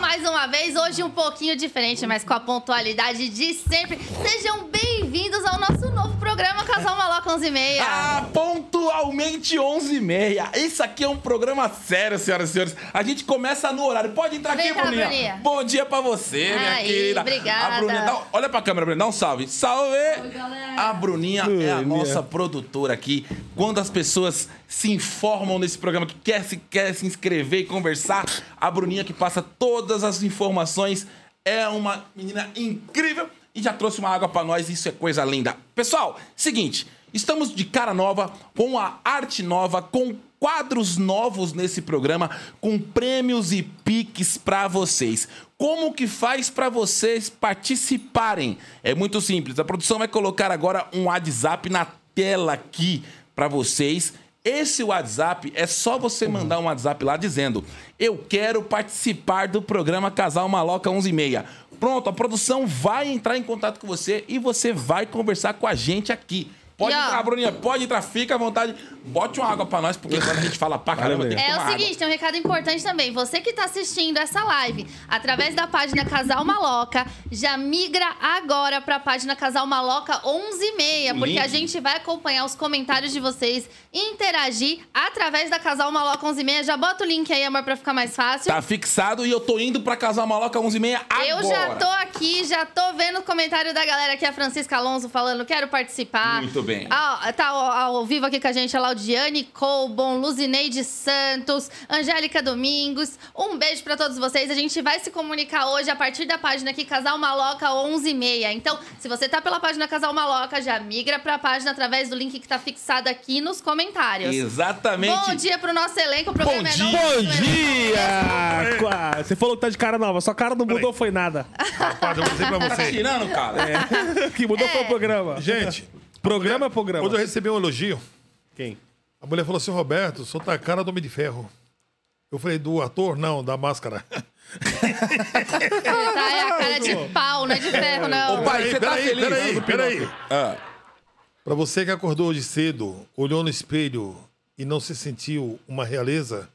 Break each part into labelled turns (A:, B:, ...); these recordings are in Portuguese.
A: mais uma vez, hoje um pouquinho diferente, mas com a pontualidade de sempre. Sejam bem-vindos ao nosso novo programa Casal Maloca 11 e meia.
B: Ah, pontualmente 11 e meia. Isso aqui é um programa sério, senhoras e senhores. A gente começa no horário. Pode entrar
A: Vem
B: aqui,
A: cá,
B: Bruninha.
A: Bruninha.
B: Bom dia pra você, minha
A: Aí,
B: querida.
A: obrigada.
B: A Bruninha, dá um- olha pra câmera, Bruninha. Dá um salve. Salve! a Bruninha é a
C: Bruninha.
B: nossa produtora aqui. Quando as pessoas se informam nesse programa, que quer se, quer se inscrever e conversar, a Bruninha que passa todas as informações é uma menina incrível e já trouxe uma água pra nós. Isso é coisa linda. Pessoal, seguinte, estamos de cara nova, com a arte nova, com quadros novos nesse programa, com prêmios e piques pra vocês. Como que faz pra vocês participarem? É muito simples. A produção vai colocar agora um WhatsApp na tela aqui pra vocês. Esse WhatsApp é só
D: Uhum.
B: você mandar um WhatsApp lá dizendo: "Eu quero participar do programa Casal Maloca 11 e meia". Pronto, a produção vai entrar em contato com você e você vai conversar com a gente aqui. Pode
A: E, ó,
B: entrar, Bruninha, pode entrar, fica à vontade. Bote uma água pra nós, porque quando a gente fala pra caramba, tem que
A: É
B: tomar
A: o
B: água.
A: seguinte, tem um recado importante também. Você que está assistindo essa live através da página Casal Maloca, já migra agora para a página Casal Maloca 11h30, porque
B: Link.
A: a gente vai acompanhar os comentários de vocês, interagir através da Casal Maloca 11h30. Já bota o link aí, amor, para ficar mais fácil.
B: Tá fixado e eu tô indo pra casar maloca 11h30 agora.
A: Eu já tô aqui, já tô vendo o comentário da galera aqui, a Francisca Alonso falando, quero participar.
B: Muito bem.
A: Ah, tá ao, ao vivo aqui com a gente a Laudiane Colbon, Luzineide Santos, Angélica Domingos. Um beijo pra todos vocês. A gente vai se comunicar hoje a partir da página aqui, Casal Maloca 11h30. Então, se você tá pela página Casal Maloca, já migra pra página através do link que tá fixado aqui nos comentários.
B: Exatamente.
A: Bom dia pro nosso elenco, o programa
B: Bom
A: é
B: dia.
A: nosso
C: Bom
A: elenco.
C: dia! Qua- Você falou que tá de cara nova, sua cara não mudou, foi nada.
D: Rapaz, eu vou dizer pra
B: Tá
D: você.
B: tirando, cara?
D: É,
C: O que mudou foi o programa.
D: Gente,
C: Programa é programa.
D: quando eu recebi um elogio,
C: Quem?
D: a mulher falou assim, Roberto, sou tá a cara do Homem de Ferro. Eu falei, do ator? Não, da máscara.
A: Tá, é a cara de pau, não é de ferro, não.
B: Ô, pai,
D: Peraí,
B: você tá
D: peraí,
B: feliz?
D: peraí, peraí.
B: Ah,
D: Pra você que acordou hoje cedo, olhou no espelho e não se sentiu uma realeza,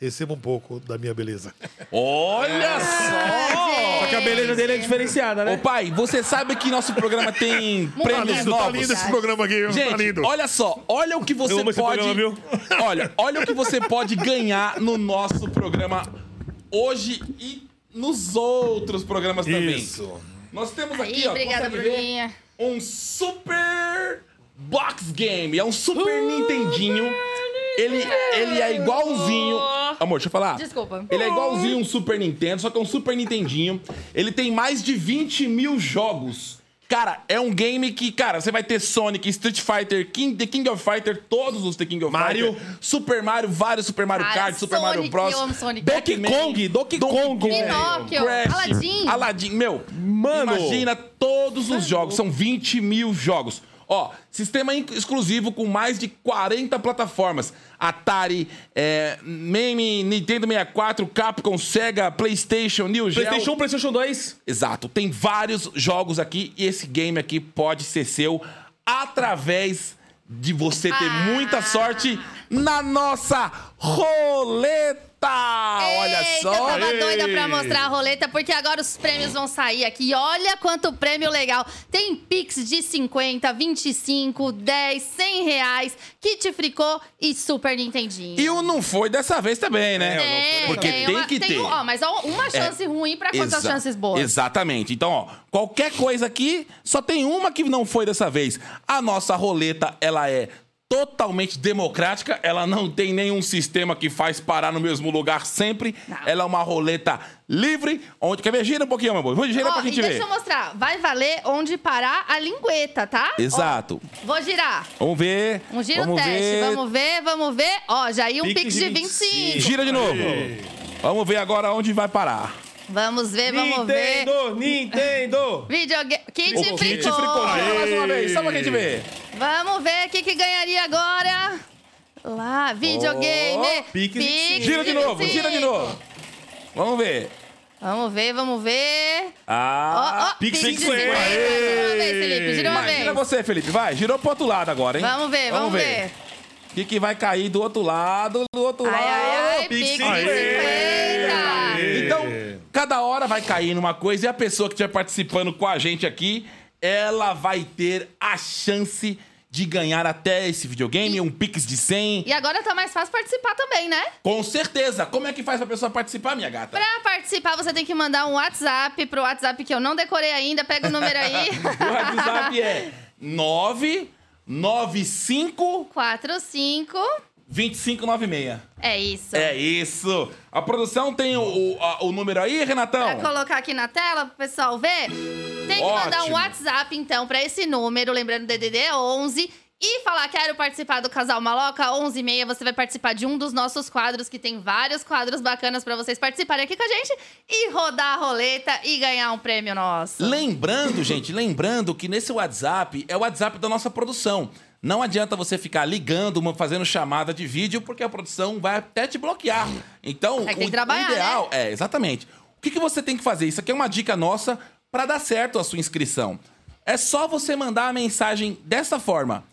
D: receba um pouco da minha beleza.
B: olha só!
C: Só que a beleza dele é diferenciada,
B: Ô
C: né?
B: pai, você sabe que nosso programa tem
D: Tá
B: prêmios
D: lindo, tá
B: novos?
D: lindo esse programa aqui, tá
B: Gente,
D: lindo.
B: olha só, olha o que você
C: Eu amo esse
B: pode.
C: programa, viu?
B: Olha, olha o que você pode ganhar no nosso programa hoje e nos outros programas também.
D: Isso.
B: Nós temos
A: Aí,
B: aqui, ó,
A: obrigada,
B: consegue ver?
A: Bruninha.
B: um super box game. É um super Nintendinho. Ele, ele é igualzinho. Amor, deixa eu falar.
A: Desculpa.
B: Ele é igualzinho um Super Nintendo, só que é um Super Nintendinho. Ele tem mais de 20 mil jogos. Cara, é um game que, cara, você vai ter Sonic, Street Fighter, King, The King of Fighter, todos os The King of
D: Mario.
B: Fighter, Super Mario, vários Super Mario
A: Cara,
B: Kart, Super
A: Sonic,
B: Mario Bros.
A: eu amo Sonic.
B: Donkey
C: Donkey Kong, Donkey Kong, velho.
A: Pinóquio,
B: Crash,
A: Aladdin.
B: Aladdin, meu,
C: Mano.
B: imagina todos
A: Tá
B: os jogos, são 20 mil jogos. Ó, sistema in- exclusivo com mais de 40 plataformas. Atari, é, Meme, Nintendo 64, Capcom, Sega, Playstation, New Geo.
C: PlayStation 1, PlayStation 2.
B: Exato, tem vários jogos aqui e esse game aqui pode ser seu através de você ter
A: Ah.
B: muita sorte na nossa roleta. Ah, Olha
A: Eita, Eu
B: só.
A: tava doida pra mostrar a roleta, porque agora os prêmios vão sair aqui. E Olha quanto prêmio legal. Tem Pix de 50, 25, 10, 100 reais, kit fricô e Super Nintendinho.
B: E o não foi dessa vez também, né?
A: É,
B: Porque tem,
A: uma-
B: que ter. É.
A: um- ó, mas ó, uma chance ruim pra quantas
B: Exa-
A: chances boas?
B: Exatamente. Então, ó, qualquer coisa aqui, só tem uma que não foi dessa vez. A nossa roleta, ela é totalmente democrática, ela não tem nenhum sistema que faz parar no mesmo lugar sempre. Ela é uma roleta livre, onde quer ver? Gira um pouquinho, meu amor. Gira
A: Ó,
B: pra
A: e
B: gente ver.
A: deixa eu mostrar. Vai valer onde parar a lingueta, tá?
B: Exato.
A: Ó, vou girar.
B: Vamos ver.
A: Um giro
B: vamos
A: teste.
B: ver.
A: Vamos ver, vamos ver. Ó, já ia um
C: Pix
A: Pix
C: de
A: de 25.
B: Gira de novo. Vamos ver agora onde vai parar.
A: Vamos ver, vamos ver.
C: Nintendo, Nintendo.
A: Videogame. Kit
B: O kit
A: fricô.
B: fricô. Gira mais uma vez, só um pra gente ver.
A: Vamos ver o que, que ganharia agora. Lá, videogame.
B: Ó,
C: pique de cinco.
A: Pix
B: Gira de novo,
A: cinco.
B: gira de novo. Vamos ver.
A: Vamos ver, vamos ver. Ó, ó,
B: Ah,
A: Pix de
C: cinco.
A: cinco. Gira uma vez, Felipe, gira uma
B: Imagina
A: vez.
B: você, Felipe. Vai, girou pro outro lado agora, hein?
A: Vamos ver, vamos ver.
B: O que, que vai cair do outro lado, do outro
A: Ai,
B: lado?
A: ai, ai,
B: Pix
A: Pix
B: 50.
A: 50.
B: Então, cada hora vai cair numa coisa e a pessoa que estiver participando com a gente aqui, ela vai ter a chance de ganhar até esse videogame, um Pix de 100.
A: E agora tá mais fácil participar também, né?
B: Com certeza. Como é que faz pra pessoa participar, minha gata?
A: Pra participar, você tem que mandar um WhatsApp pro WhatsApp que eu não decorei ainda. Pega o número aí.
B: O WhatsApp é 995
A: 45.
B: 2596.
A: É isso.
B: É isso. A produção tem o, o, a- o número aí, Renatão?
A: Pra colocar aqui na tela pro pessoal ver. Tem que mandar um
B: Ótimo.
A: WhatsApp, então, pra esse número. Lembrando, DDD é 11. E falar, quero participar do Casal Maloca, 11 e meia, você vai participar de um dos nossos quadros, que tem vários quadros bacanas pra vocês participarem aqui com a gente e rodar a roleta e ganhar um prêmio nosso.
B: Lembrando, gente, lembrando que nesse WhatsApp é o WhatsApp da nossa produção. Não adianta você ficar ligando, uma- fazendo chamada de vídeo, porque a produção vai até te bloquear. Então,
A: É que tem que
B: o
A: trabalhar,
B: ideal é exatamente. O que, que você tem que fazer? Isso aqui é uma dica nossa para dar certo a sua inscrição. É só você mandar a mensagem dessa forma.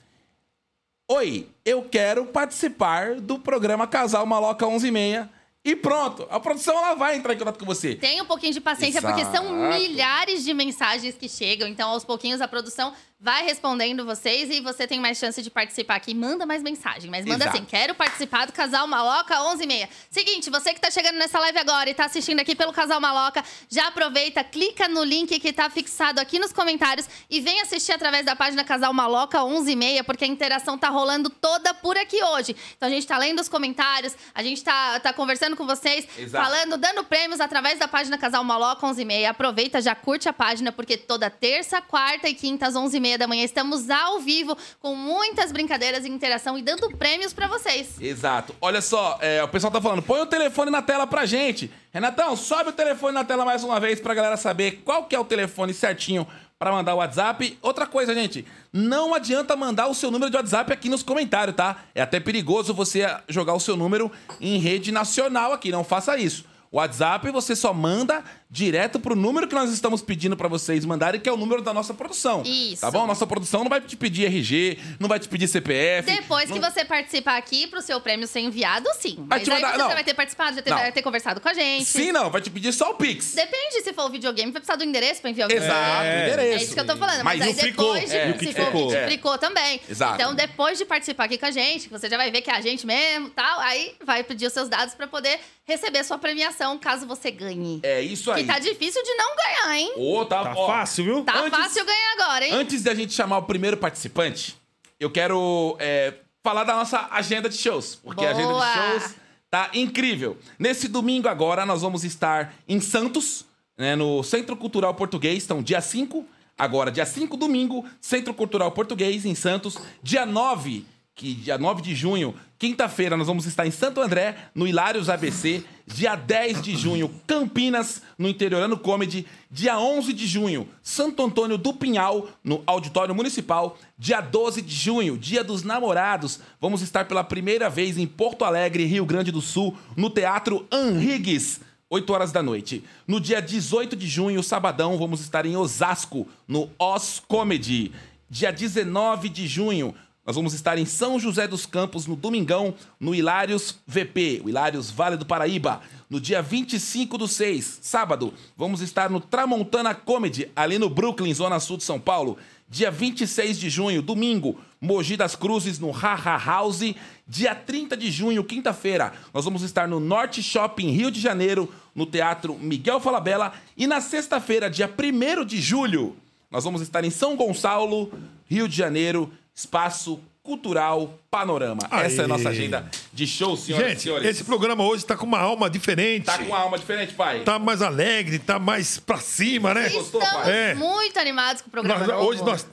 B: Oi, eu quero participar do programa Casal Maloca 11 e meia. E pronto, a produção ela vai entrar em contato com você.
A: Tenha um pouquinho de paciência, porque são
B: Exato.
A: milhares de mensagens que chegam. Então, aos pouquinhos, a produção vai respondendo vocês e você tem mais chance de participar aqui. Manda mais mensagem, mas manda
B: Exato.
A: assim: quero participar do Casal Maloca 11h30. Seguinte, você que tá chegando nessa live agora e tá assistindo aqui pelo Casal Maloca, já aproveita, clica no link que tá fixado aqui nos comentários e vem assistir através da página Casal Maloca 11h30, porque a interação tá rolando toda por aqui hoje. Então, a gente tá lendo os comentários, a gente tá, tá conversando com vocês,
B: Exato.
A: falando falando, dando prêmios através da página Casal Maloca 11 e meia. Aproveita, já curte a página, porque toda terça, quarta e quinta, às 11 e meia da manhã, estamos ao vivo com muitas brincadeiras e interação e dando prêmios pra vocês.
B: Exato. Olha só, é, o pessoal tá falando, põe o telefone na tela pra gente. Renatão, sobe o telefone na tela mais uma vez pra galera saber qual que é o telefone certinho pra mandar o WhatsApp. Outra coisa, gente, não adianta mandar o seu número de WhatsApp aqui nos comentários, tá? É até perigoso você jogar o seu número em rede nacional aqui, não faça isso. O WhatsApp você só manda direto pro número que nós estamos pedindo pra vocês mandarem, que é o número da nossa produção.
A: Isso.
B: Tá bom? Nossa produção não vai te pedir RG, não vai te pedir CPF.
A: Depois
B: não
A: que você participar aqui pro seu prêmio ser enviado, sim.
B: Vai
A: Mas
B: te
A: aí
B: mandar-
A: você
B: não.
A: já vai ter participado, já ter-
B: Não.
A: vai ter conversado com a gente.
B: Sim, não, vai te pedir só o Pix.
A: Depende se for o videogame, vai precisar do endereço pra enviar o
B: Exato,
A: videogame.
B: endereço.
A: É isso que eu tô falando. Mas,
B: Mas
A: aí
B: e o fricô?
A: depois de.
B: É, e
A: se
B: o que
A: for
B: ficou?
A: o vídeo,
B: É.
A: fricô também.
B: Exato.
A: Então, depois de participar aqui com a gente, que você já vai ver que é a gente mesmo tal, aí vai pedir os seus dados pra poder receber a sua premiação, caso você ganhe.
B: É isso aí.
A: Que tá difícil de não ganhar, hein?
B: Ô, tá,
C: Tá
B: ó,
C: fácil, viu?
A: Tá
B: Antes-
A: fácil ganhar agora, hein?
B: Antes da gente chamar o primeiro participante, eu quero é, falar da nossa agenda de shows. Porque a agenda
A: Boa!
B: de shows tá incrível. Nesse domingo agora, nós vamos estar em Santos, né, no Centro Cultural Português. Então, dia 5, agora, dia 5, domingo, Centro Cultural Português, em Santos. Dia 9, que dia 9 de junho, quinta-feira, nós vamos estar em Santo André, no Hilários ABC. Dia 10 de junho, Campinas, no Interiorano Comedy. Dia 11 de junho, Santo Antônio do Pinhal, no Auditório Municipal. Dia 12 de junho, Dia dos Namorados, vamos estar pela primeira vez em Porto Alegre, Rio Grande do Sul, no Teatro Henrigues. 8 horas da noite. No dia 18 de junho, sabadão, vamos estar em Osasco, no Os Comedy. Dia 19 de junho, nós vamos estar em São José dos Campos, no domingão, no Hilários VP, o Hilários Vale do Paraíba. No dia 25 do 6, sábado, vamos estar no Tramontana Comedy, ali no Brooklyn, Zona Sul de São Paulo. Dia 26 de junho, domingo, Mogi das Cruzes, no Haha House. Dia 30 de junho, quinta-feira, nós vamos estar no Norte Shopping, Rio de Janeiro, no Teatro Miguel Falabella. E na sexta-feira, dia 1 de julho, nós vamos estar em São Gonçalo, Rio de Janeiro, Espaço Cultural Panorama.
D: Aí.
B: Essa é a nossa agenda de show, senhoras e
D: Gente,
B: senhores.
D: esse programa hoje tá com uma alma diferente.
B: Tá com uma alma diferente, pai?
D: Tá mais alegre, tá mais pra cima, né?
B: Isso. gostou,
A: Estamos
B: pai?
D: É.
A: muito animados com o programa.
D: Nós-
A: novo.
D: hoje nós.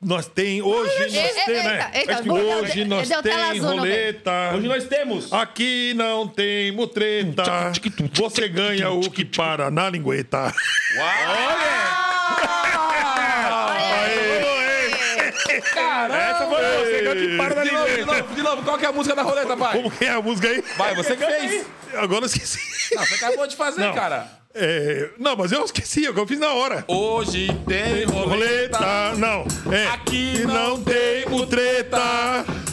D: Nós tem, hoje nós
A: e- e-
D: tem, né?
A: eita, eita,
D: Acho que
A: deu-
D: hoje
A: deu-
D: nós
A: deu tela
D: tem
A: azul no meio.
D: roleta.
C: Hoje nós temos.
D: Aqui não tem mutreta. Você ganha o que para na lingueta.
C: Essa foi você que eu te paro da
B: De novo, de
C: lingueta.
B: novo, de novo. Qual que é a música da roleta, pai?
D: Como que é a música aí?
B: Vai, você que fez.
D: Agora eu esqueci.
B: Não, você acabou de fazer,
D: Não.
B: cara.
D: É, não, mas eu esqueci, é o que eu fiz na hora.
B: Hoje tem roleta.
D: Roleta, não. É.
B: Aqui
D: E
B: não
D: não tem mutreta.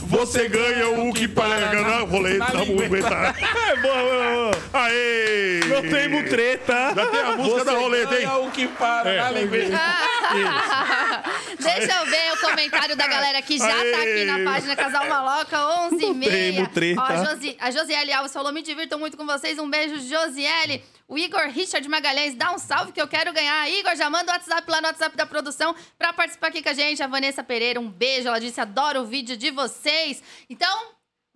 E: Você ganha o que paga na roleta.
B: na
E: roleta.
C: É, boa, boa, boa.
E: Aê!
C: Não temos treta.
E: Já tem a música
B: Você
E: da roleta, hein? É.
B: ganha o que para
D: É.
B: na linguiça.
A: Deixa eu ver o comentário da galera que já tá aqui na
E: Aê!
A: página Casal Maloca, 11 h 30
C: temo treta.
B: tá?
A: Ó, a, Josi, a Josiele Alves falou, me divirto muito com vocês, um beijo, Josiele. O Igor Richard Magalhães, dá um salve que eu quero ganhar. Igor, já manda o WhatsApp lá no WhatsApp da produção pra participar aqui com a gente. A Vanessa Pereira, um beijo, ela disse, adoro o vídeo de vocês. Então,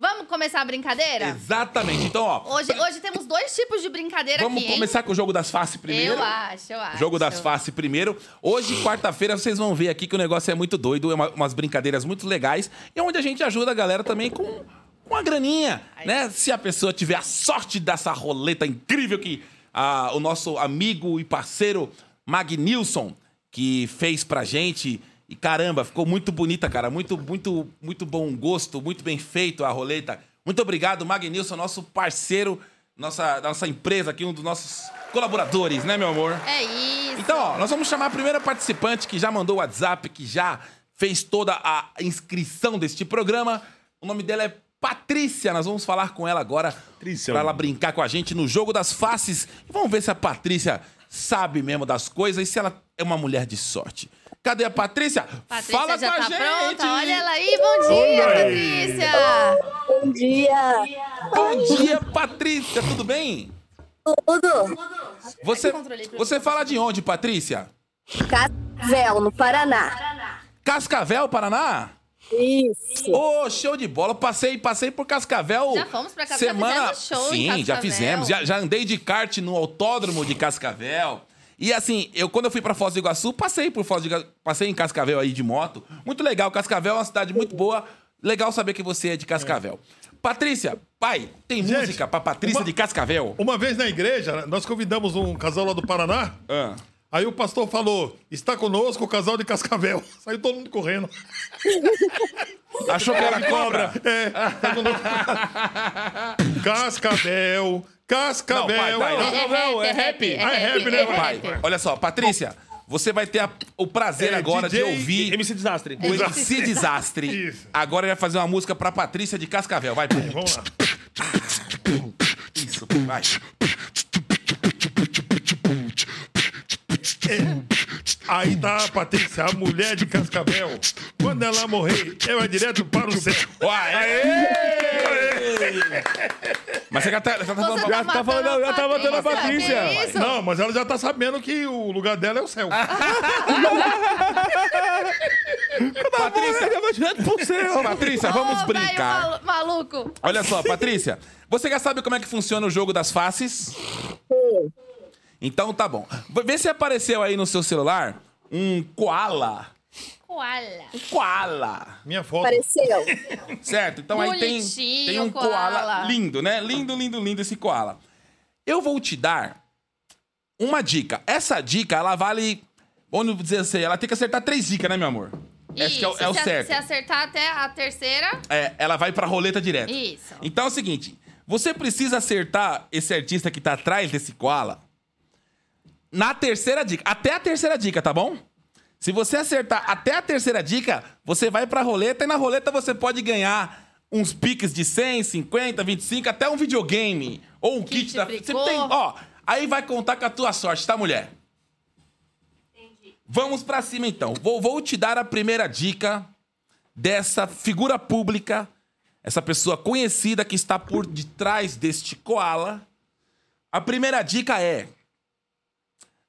A: vamos começar a brincadeira?
B: Exatamente. Então, ó,
A: Hoje, hoje temos dois tipos de brincadeira
B: vamos
A: aqui, hein?
B: começar com o jogo das faces primeiro.
A: Eu acho, eu acho.
B: Jogo das faces primeiro. Hoje, quarta-feira, vocês vão ver aqui que o negócio é muito doido, é uma- umas brincadeiras muito legais e é onde a gente ajuda a galera também com uma graninha, né? Se a pessoa tiver a sorte dessa roleta incrível que ah, o nosso amigo e parceiro Magnilson que fez pra gente. E caramba, ficou muito bonita, cara. Muito, muito, muito bom gosto, muito bem feito a roleta. Muito obrigado, Magnilson, nosso parceiro, nossa, nossa empresa aqui, um dos nossos colaboradores, né, meu amor?
A: É isso.
B: Então, ó, nós vamos chamar a primeira participante que já mandou o WhatsApp, que já fez toda a inscrição deste programa. O nome dela é Patrícia. Nós vamos falar com ela agora
E: Patrícia.
B: para ela brincar com a gente no jogo das faces. E vamos ver se a Patrícia sabe mesmo das coisas e se ela é uma mulher de sorte. Cadê a Patrícia?
A: Patrícia
B: Fala
A: já
B: com a
A: tá
B: gente!
A: pronta, olha ela aí, bom dia,
E: Olha aí.
A: Patrícia!
F: Bom dia!
B: Bom dia, Patrícia. Tudo bem?
F: Tudo?
A: Tá
B: Você,
A: controlei pra
B: você fala de onde, Patrícia?
F: Casvel, no Paraná.
B: Cascavel, Paraná?
F: Isso.
B: Ô, show de bola. Passei, passei por Cascavel.
A: Já fomos pra Cascavel,
B: Semana...
A: fizemos show
B: Sim,
A: em
B: já
A: Cascavel.
B: fizemos. Já, já andei de kart no autódromo de Cascavel. E assim, eu quando eu fui pra Foz do Iguaçu, passei por Foz do Iguaçu, passei em Cascavel aí de moto. Muito legal, Cascavel é uma cidade muito boa. Legal saber que você é de Cascavel. Patrícia, pai, tem
D: Gente,
B: música pra Patrícia
D: uma-
B: de Cascavel?
D: Uma vez na igreja, nós convidamos um casal lá do Paraná.
B: Ah.
D: Aí o pastor falou: está conosco o casal de Cascavel. Saiu todo mundo correndo.
B: Achou que era cobra?
D: É, tá conosco. Cascavel, Cascavel.
B: Não, pai, tá aí.
C: Cascavel, é rap.
D: Ah, é rap, né,
B: Pai, olha só, Patrícia, você vai ter a- o prazer
D: É,
B: agora
D: DJ
B: de ouvir
C: MC Desastre.
B: O MC Desastre.
D: Isso.
B: Agora ele vai fazer uma música pra Patrícia de Cascavel. Vai, pum.
D: Vamos lá.
B: Isso, vai.
D: É. Aí tá a Patrícia, a mulher de Cascavel. Quando ela morrer, ela vai direto para o céu.
B: Uai. Mas você já tá, já tá falando pra...
C: tá
A: matando
C: falando-
A: a
C: já tá matando a Patrícia.
A: Que isso?
D: Não, mas ela já tá sabendo que o lugar dela é o céu.
C: Patrícia, já vai direto tá pro céu.
B: Patrícia, vamos
A: Ô,
B: brincar.
A: velho malu- maluco.
B: Olha só, Patrícia, você já sabe como é que funciona o jogo das faces? Então tá bom. Vê se apareceu aí no seu celular um koala. Um
A: Koala.
B: Koala.
D: Minha foto.
F: Apareceu.
B: Certo? Então aí tem,
A: Bonitinho,
B: tem um koala.
A: koala.
B: lindo, né? Lindo, lindo, lindo esse koala. Eu vou te dar uma dica. Essa dica, ela vale. Vamos dizer assim, ela tem que acertar três dicas, né, meu amor? Esse que é, o-
A: Isso,
B: é o
A: se a-
B: certo.
A: Se acertar até a terceira,
B: É, ela vai pra roleta direto.
A: Isso.
B: Então é o seguinte: você precisa acertar esse artista que tá atrás desse koala na terceira dica. Até a terceira dica, tá bom? Se você acertar até a terceira dica, você vai pra roleta e na roleta você pode ganhar uns piques de 100, 50, 25, até um videogame. Ou um kit,
A: Kit
B: da.
A: tricô.
B: ó, aí vai contar com a tua sorte, tá, mulher? Vamos pra cima então. Vou, vou te dar a primeira dica dessa figura pública, essa pessoa conhecida que está por detrás deste koala. A primeira dica é: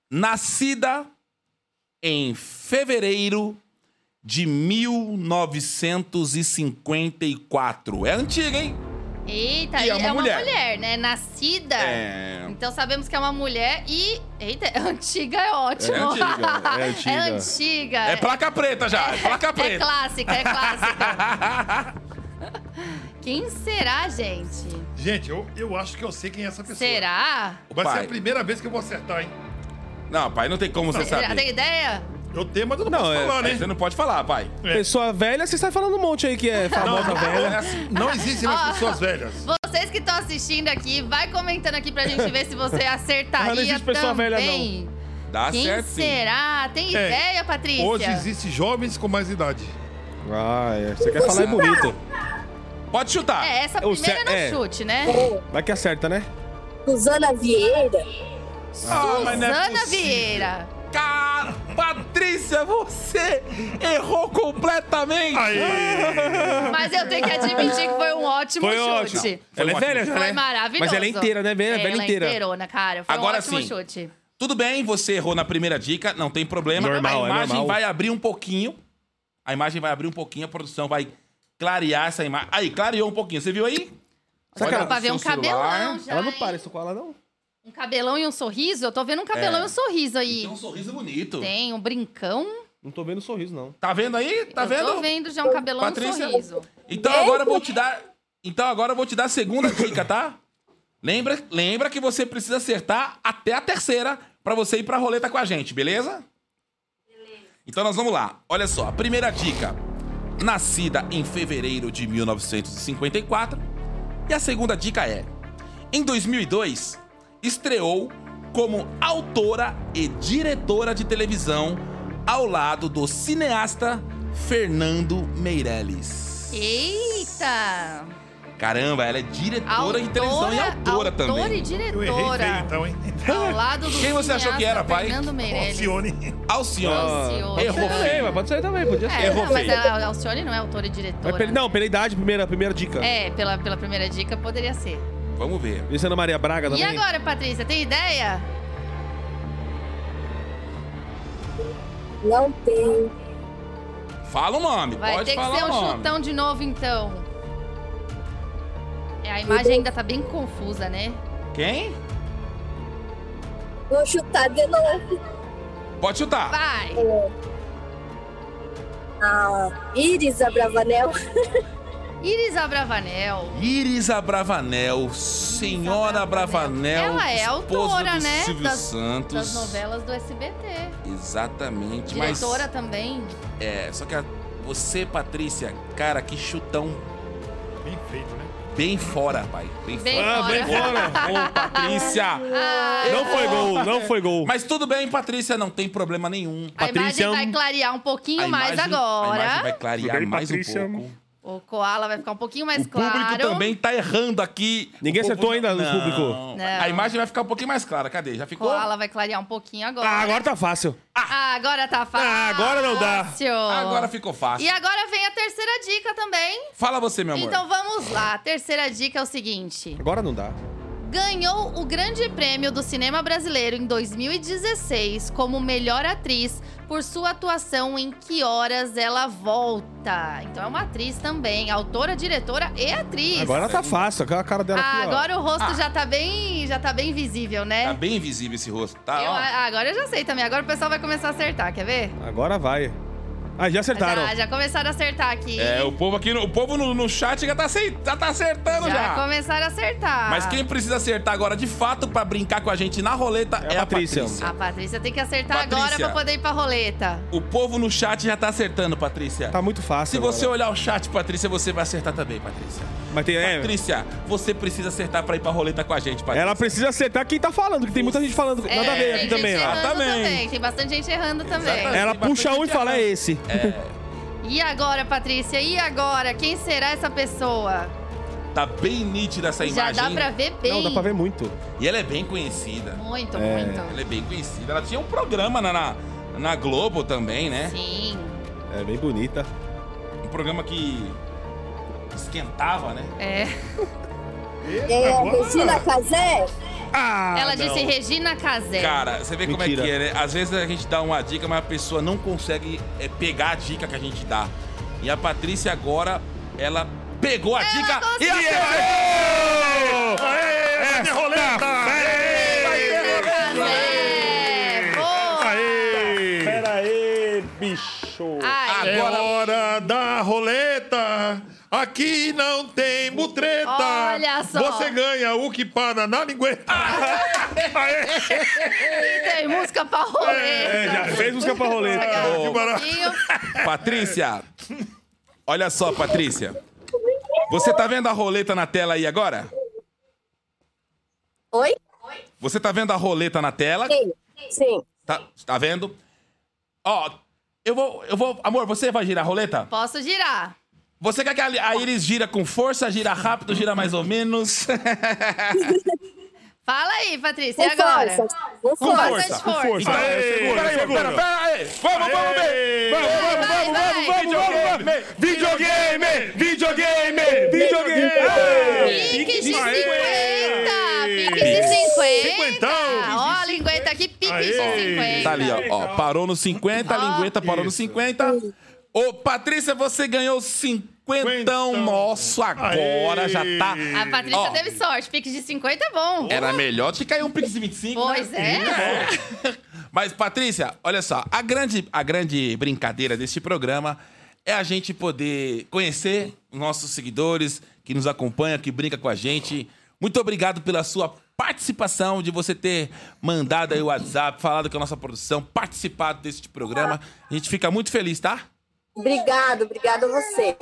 B: nascida em fevereiro de 1954. É antiga, hein?
A: eita,
B: E é
A: é
B: uma
A: uma,
B: mulher.
A: mulher. né? Nascida.
B: É.
A: Então sabemos que é uma mulher e. Eita, antiga é ótimo.
B: É antiga,
A: É
C: é antiga.
A: antiga. É, antiga.
B: É placa preta já, é placa
A: é
B: preta.
A: clássica, é clássica. Quem será, gente?
D: Gente, eu, eu acho que eu sei quem é essa pessoa.
A: Será?
D: Vai ser
B: Pai.
D: a primeira vez que eu vou acertar, hein?
B: Não, pai, não tem como você
A: Será? Tem
B: saber.
A: ideia?
D: Eu tenho, mas eu não,
C: Não,
D: posso
C: é-
D: falar, né?
B: Você não pode falar, pai.
C: Pessoa velha, você sai falando um monte aí que é
D: Não, assim,
C: famosa velha.
D: não existem mais
A: Ó.
D: pessoas velhas.
A: Vocês que estão assistindo aqui, vai comentando aqui pra gente ver se você acertaria
C: Ah, não existe pessoa velha,
A: também.
B: Dá
A: Quem
B: certo, sim.
A: será? Tem
D: É,
A: ideia, Patrícia?
D: Hoje existem jovens com mais idade.
C: Ah, é. Você quer falar é bonito.
B: Pode chutar. Ah,
A: É, essa
C: O
A: primeira
C: ce-
A: não
C: é.
A: chute, né?
C: Vai que acerta, né?
F: Suzana Vieira.
B: Ah, mas não é
A: Suzana
B: possível.
A: Vieira.
B: Cara, Patrícia, você errou completamente.
E: Aê!
A: Mas eu tenho que admitir que foi um ótimo
C: Foi
A: chute.
C: ótimo. Ela é
B: ótimo.
C: velha já,
A: Foi
C: né?
A: maravilhoso.
C: Mas ela é inteira, né? Velha, velha
A: ela
C: inteira.
A: é inteirona, cara. Foi
B: Agora
A: um ótimo
B: sim.
A: chute.
B: Tudo bem, você errou na primeira dica, não tem problema.
C: Normal,
B: a
C: é
B: imagem
C: normal.
B: vai abrir um pouquinho. A imagem vai abrir um pouquinho, a produção vai clarear essa imagem. Aí, clareou um pouquinho. Você viu aí?
A: Só
B: Olha
A: dá pra
B: o
A: ver
B: seu
A: um
B: celular.
A: cabelão já,
C: Ela não
A: hein?
C: parece com ela, não.
A: Um cabelão e um sorriso? Eu tô vendo um cabelão
B: É.
A: e um sorriso aí.
B: Tem um sorriso bonito.
A: Tem um brincão.
C: Não tô vendo o sorriso, não.
B: Tá vendo aí? Tá
A: eu
B: vendo?
A: tô vendo já um cabelão e
B: Patrícia?
A: um sorriso.
B: Então agora eu vou te dar. Então agora eu vou te dar a segunda dica, tá? Lembra, lembra que você precisa acertar até a terceira pra você ir pra roleta com a gente, beleza? Beleza. Então nós vamos lá. Olha só, a primeira dica. Nascida em fevereiro de 1954. E a segunda dica é: em 2002, estreou como autora e diretora de televisão ao lado do cineasta Fernando Meirelles.
A: Eita!
B: Caramba, ela é diretora
A: Autora,
B: de televisão e autora,
A: Autora
B: também.
A: e
E: Eu errei feio,
A: diretora.
E: então, hein?
A: Ao lado do
B: Quem você achou que era,
A: cineasta
B: Ah, pai?
A: Fernando Meirelles.
E: Alcione.
B: Alcione.
A: Alcione.
B: Errou
A: Não,
B: feio.
C: Também, mas pode sair também, podia ser.
A: É,
B: Errou
A: não, mas
B: feio.
A: a Alcione não é autora e diretora.
C: Mas pela- não, pela idade, primeira, primeira dica.
A: É, pela, pela primeira dica poderia ser.
B: Vamos ver.
C: E Ana é Maria Braga também?
A: E agora, Patrícia, tem ideia?
F: Não tem.
B: Fala o nome,
A: Vai
B: pode
A: ter que
B: falar
A: ser
B: o
A: um
B: nome.
A: chutão de novo, então. É, a imagem ainda tá bem confusa, né?
B: Quem?
F: Vou chutar de novo.
B: Pode chutar.
A: Vai!
F: Ah, Iris Abravanel.
A: Iris Abravanel.
B: Iris Abravanel, senhora
A: Abravanel.
B: Abravanel,
A: Ela é
B: esposa
A: autora,
B: do
A: né,
B: Silvio
A: das-
B: Santos.
A: Das novelas do SBT.
B: Exatamente, mas
A: Diretora também.
B: é, só que a- você, Patrícia, cara, que chutão
E: Bem feito, né?
B: bem fora, pai. Bem,
A: Bem
B: fora.
C: Ah, bem fora.
B: Ô, Patrícia.
A: Ah,
C: Não foi gol, não foi gol.
B: Mas tudo bem, Patrícia, não tem problema nenhum.
A: a
C: Patrícia
A: imagem
C: é um-
A: vai clarear um pouquinho mais
B: imagem- A imagem
A: agora.
B: vai clarear
E: Tudo bem,
B: mais
E: Patrícia?
B: um pouco.
A: O Koala vai ficar um pouquinho mais
B: O
A: claro.
B: público também tá errando aqui.
C: Ninguém
B: O povo
C: acertou ainda no
B: não.
C: público?
A: Não.
B: A imagem vai ficar um pouquinho mais clara. Cadê? Já ficou?
A: Koala vai clarear um pouquinho agora.
C: Ah, agora tá fácil.
A: Ah, agora tá fácil.
C: Ah, agora não dá.
B: Agora ficou fácil.
A: E agora vem a terceira dica também.
B: Fala você, meu amor.
A: Então vamos lá. A terceira dica é o seguinte:
C: Agora não dá.
A: ganhou o Grande Prêmio do Cinema Brasileiro em 2016 como melhor atriz por sua atuação em Que Horas Ela Volta. Então é uma atriz também, autora, diretora e atriz.
C: Agora tá fácil. Aquela cara dela
A: Ah,
C: aqui, ó.
A: agora o rosto
B: Ah.
A: já tá bem, já tá bem visível,
B: Tá
A: né?
B: bem visível esse rosto, tá?
A: Eu-
B: Ó.
A: ah, agora eu já sei também. Agora o pessoal vai começar a acertar, quer ver?
C: Agora vai. Ah, já acertaram.
A: Já, já começaram a acertar aqui.
B: É, o povo aqui, no- o povo no, no chat já tá, acei- já tá acertando já.
A: Já começaram a acertar.
B: Mas quem precisa acertar agora de fato pra brincar com a gente na roleta é,
C: É a
B: a Patrícia.
C: Patrícia.
A: A Patrícia tem que acertar agora
B: Patrícia.
A: pra poder ir pra roleta.
B: O povo no chat já tá acertando, Patrícia.
C: Tá muito fácil.
B: Se
C: agora.
B: você olhar o chat, Patrícia, você vai acertar também, Patrícia.
C: Mas tem, é,
B: Patrícia, você precisa acertar pra ir pra roleta com a gente, Patrícia.
C: ela precisa acertar quem tá falando, que tem muita gente falando.
A: É,
C: Nada a ver
A: tem
C: aqui
A: gente
C: também, ó.
A: errando
B: Também.
A: Tem bastante gente errando também.
B: Exatamente.
C: Ela
B: Tem
C: puxa
B: bastante
C: um e
B: gente
C: fala, é
B: errando.
C: esse.
A: E agora, Patrícia? E agora? Quem será essa pessoa?
B: Tá bem nítida essa
A: Já
B: imagem.
A: dá pra ver bem.
C: Não, dá pra ver muito.
B: E ela é bem conhecida.
A: Muito,
B: Ela
A: muito.
B: é bem conhecida. Ela tinha um programa na, na, na Globo também, né?
A: Sim.
C: É bem bonita.
B: Um programa que esquentava, né?
A: É.
F: É, Regina Casé.
C: Ah!
A: Ela
C: não.
A: disse Regina Casé.
B: Cara, você vê como é
C: Mentira.
B: que é, né? Às vezes a gente dá uma dica, mas a pessoa não consegue é, pegar a dica que a gente dá. E a Patrícia agora, ela pegou a dica e acertou!
D: é
E: Aê! de roleta! Aê!
A: Casé! Boa!
E: Aê!
C: Pera aí, bicho.
A: Ai,
E: É
B: Agora-
E: hora da roleta! Aqui não tem butreta!
A: Olha só.
E: Você ganha o que para na lingueta!
B: Ah,
A: tem música pra roleta.
C: É, já fez música pra roleta.
A: Agarra
B: Ô.
A: um pouquinho.
B: Patrícia! Olha só, Patrícia. Você tá vendo a roleta na tela aí agora?
F: Oi?
B: Você tá vendo a roleta na tela?
F: Sim. Sim.
B: Tá, tá vendo? Ó, eu vou, eu vou... Amor, você vai girar a roleta?
A: Posso girar.
B: Você quer que a a Iris gira com força, gira rápido, gira mais ou menos?
A: Fala aí, Patrícia,
F: Com
A: e agora?
F: força. Com
B: Com
F: força.
B: força.
A: Bastante força.
C: força.
E: Aê,
B: Peraí,
E: segura.
B: pera, pera aí. Vamos, vamos,
E: Aê.
B: bem. Vamos, vamos,
A: Vai,
B: vamos,
A: vai,
B: vamos,
A: vai.
B: vamos, vamos, vamos.
E: Videogame! Videogame! Videogame!
A: Piques de 50!
E: Aê.
A: Piques de 50!
E: Cinquentão.
A: Ó, a lingueta aqui, piques
E: Aê.
A: de 50.
B: Tá ali, ó. ó, parou no 50, a
A: Ó.
B: lingueta parou no 50. Ô, Patrícia, você ganhou 50
E: Cinquentão.
B: nosso agora,
E: Aê.
B: já tá.
A: A Patrícia
B: Ó.
A: teve sorte, piques de 50 é bom.
B: Era melhor te cair um Pix de 25.
A: Pois é.
B: Mas, Patrícia, olha só. A grande, a grande brincadeira deste programa é a gente poder conhecer os nossos seguidores que nos acompanham, que brinca com a gente. Muito obrigado pela sua participação, de você ter mandado aí o WhatsApp, falado com a nossa produção, participado deste programa. A gente fica muito feliz, tá?
F: Obrigado, obrigado a vocês.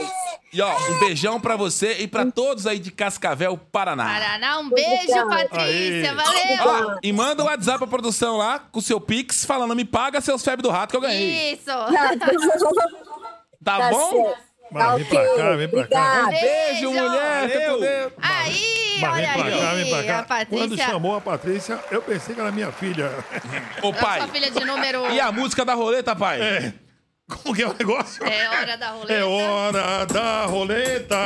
B: E ó, um beijão pra você e pra todos aí de Cascavel, Paraná.
A: Paraná, um beijo,
F: Obrigada.
A: Patrícia.
E: Aê.
A: Valeu.
B: Ah, e manda o WhatsApp pra produção lá com o seu Pix falando: me paga seus febres do rato que eu ganhei.
A: Isso.
B: Tá, bom?
F: certo. Tá
D: Mas vem pra
F: ok,
D: cá, vem pra cá.
F: obrigada.
B: Beijo, mulher. fica com Deus.
A: Aí,
D: Mas vem
A: olha
D: pra
A: aí.
D: cá, vem pra
A: A
D: cá. Quando
A: Patrícia,
D: chamou a Patrícia, eu pensei que era minha filha.
B: Ô,
A: a sua
B: pai.
A: filha de número
B: E a música da roleta, pai?
E: É. Como que é o negócio?
A: é hora da roleta.
E: É hora da roleta.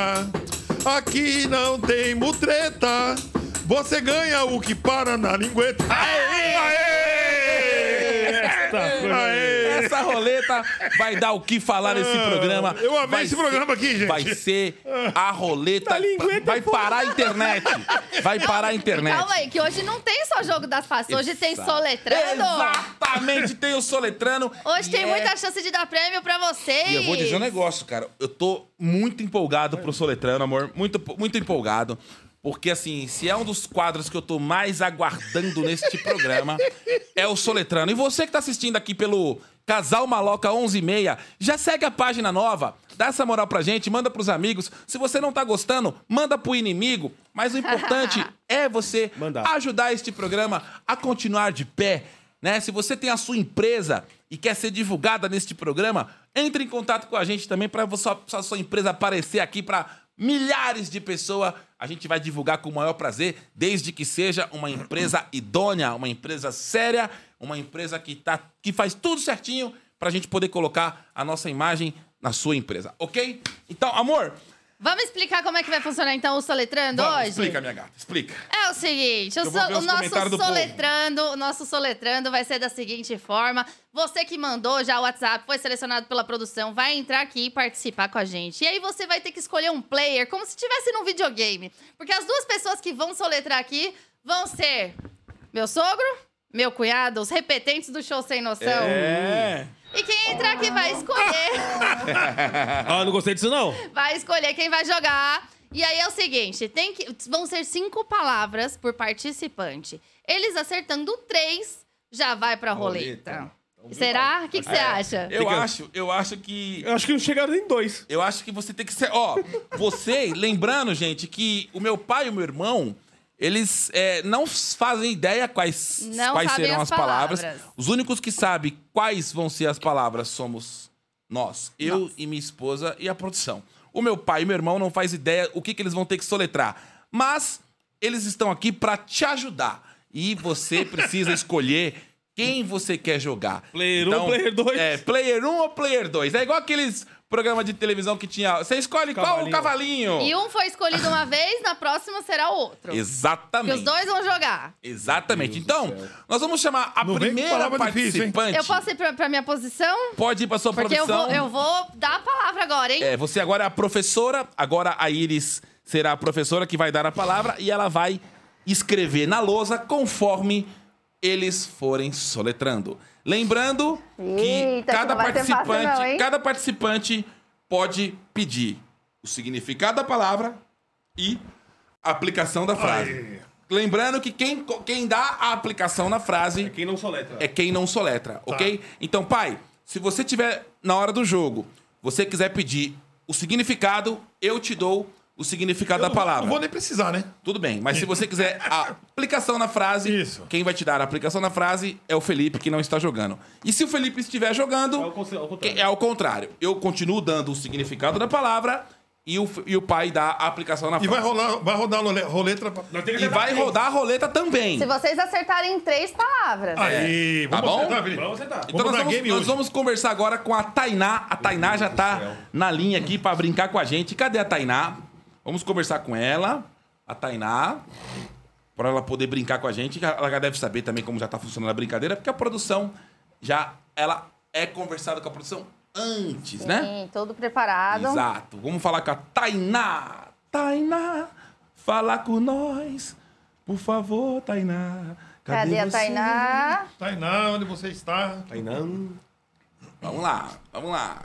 E: Aqui não tem mutreta. Você ganha o que para na lingueta. Aê! Aê! Aê!
B: Essa roleta vai dar o que falar nesse programa.
E: Ah, Eu amei
B: Vai
E: esse programa aqui, gente. Ah. Tá
B: Vai ser a roleta.
C: Da lingueta
B: Vai
C: fora.
B: parar a internet. Vai parar a internet.
A: Calma aí, que hoje não tem só jogo das faces, hoje tem
B: Exato.
A: soletrando.
B: Exatamente, tem o soletrano.
A: Hoje
B: E
A: tem
B: é-
A: muita chance de dar prêmio pra vocês.
B: E eu vou dizer um negócio, cara. Eu tô muito empolgado pro Soletrano, amor. Muito, muito empolgado. Porque, assim, se é um dos quadros que eu tô mais aguardando neste programa, é o Soletrano. E você que tá assistindo aqui pelo Casal Maloca 11:30, já segue a página nova, dá essa moral pra gente, manda pros amigos. Se você não tá gostando, manda pro inimigo. Mas o importante é você
C: Mandar.
B: ajudar este programa a continuar de pé, né? Se você tem a sua empresa e quer ser divulgada neste programa, entre em contato com a gente também para sua, sua- sua empresa aparecer aqui para milhares de pessoas. A gente vai divulgar com o maior prazer, desde que seja uma empresa idônea, uma empresa séria, uma empresa que, tá, que faz tudo certinho para a gente poder colocar a nossa imagem na sua empresa, ok? Então, amor,
A: Vamos explicar como é que vai funcionar então o soletrando
B: vamos,
A: hoje?
B: explica, minha gata, explica.
A: É o seguinte, o,
B: Eu vou
A: so-
B: ver
A: o
B: os
A: nosso
B: comentários do povo.
A: soletrando, o nosso soletrando vai ser da seguinte forma: você que mandou já o WhatsApp, foi selecionado pela produção, vai entrar aqui e participar com a gente. E aí você vai ter que escolher um player como se estivesse num videogame, porque as duas pessoas que vão soletrar aqui vão ser meu sogro, meu cunhado, os repetentes do show sem noção.
B: É.
A: E quem entrar aqui vai escolher.
C: Ah, eu não gostei disso, não.
A: vai escolher quem vai jogar. E aí é o seguinte, tem que, vão ser cinco palavras por participante. Eles acertando três, já vai pra roleta.
B: Roleta. É.
A: Será? O que que você acha?
B: Eu acho, eu acho que
C: Eu acho que não chegaram nem dois.
B: Eu acho que você tem que ser. Ó, você, lembrando, gente, que o meu pai e o meu irmão, eles é, não s- fazem ideia quais,
A: Não
B: quais
A: sabem
B: serão
A: as
B: as palavras.
A: palavras.
B: Os únicos que sabem quais vão ser as palavras somos nós. Eu e minha esposa e a produção. O meu pai e meu irmão não faz ideia o que, que eles vão ter que soletrar. Mas eles estão aqui pra te ajudar. E você precisa escolher quem você quer jogar.
C: Player um, player dois.
B: É, player 1 ou player 2? É igual aqueles programas de televisão que tinha. Você escolhe qual o cavalinho.
A: E um foi escolhido uma vez, na próxima será o outro. E
B: Exatamente.
A: os dois vão jogar.
B: Exatamente. Então, nós vamos chamar a
E: Não vem com
B: primeira
E: palavra difícil, hein?
B: participante.
A: Eu posso ir pra, pra minha posição?
B: Pode ir pra sua
A: Porque eu
B: produção.
A: vou, eu vou dar a palavra agora, hein?
B: É, você agora é a professora, agora a Iris será a professora que vai dar a palavra e ela vai escrever na lousa conforme eles forem soletrando. Lembrando que
F: Eita,
B: cada
F: que não vai ser fácil
B: participante,
F: não, hein?
B: cada participante pode pedir o significado da palavra e a aplicação da frase. Lembrando que quem, quem dá a aplicação na frase
C: Quem não soletra.
B: é quem não soletra,
E: Tá.
B: ok? Então, pai, se você tiver na hora do jogo, você quiser pedir o significado, eu te dou o significado da palavra.
E: Não vou nem precisar, né?
B: Tudo bem, mas se você quiser a aplicação na frase,
E: Isso.
B: quem vai te dar a aplicação na frase é o Felipe, que não está jogando. E se o
E: É
B: Felipe estiver jogando, é
C: ao con- ao contrário.
B: que- é ao contrário. Eu continuo dando o significado da palavra e o, e o pai dá a aplicação na
E: E
B: França.
E: vai, rolar, vai rodar a role- roleta. pra-
B: E vai rodar a roleta também.
A: Se vocês acertarem três palavras.
E: Aí,
B: Tá
E: vamos
B: bom?
E: acertar, Felipe.
C: Vamos acertar.
B: Então
E: Vamos
B: nós,
E: dar
B: vamos,
E: game
B: nós
E: hoje.
B: vamos conversar agora com a Tainá. A Tainá já tá na linha aqui pra brincar com a gente. Cadê a Tainá? Vamos conversar com ela, a Tainá, pra ela poder brincar com a gente. Ela já deve saber também como já tá funcionando a brincadeira, porque a produção já ela é conversada com a produção antes, né?
A: Sim, todo preparado.
B: Exato. Vamos falar com a Tainá. Tainá, fala com nós. Por favor, Tainá.
A: Cadê a
B: você?
A: Tainá?
E: Tainá, Tá onde você está?
B: Tá Vamos lá, vamos lá.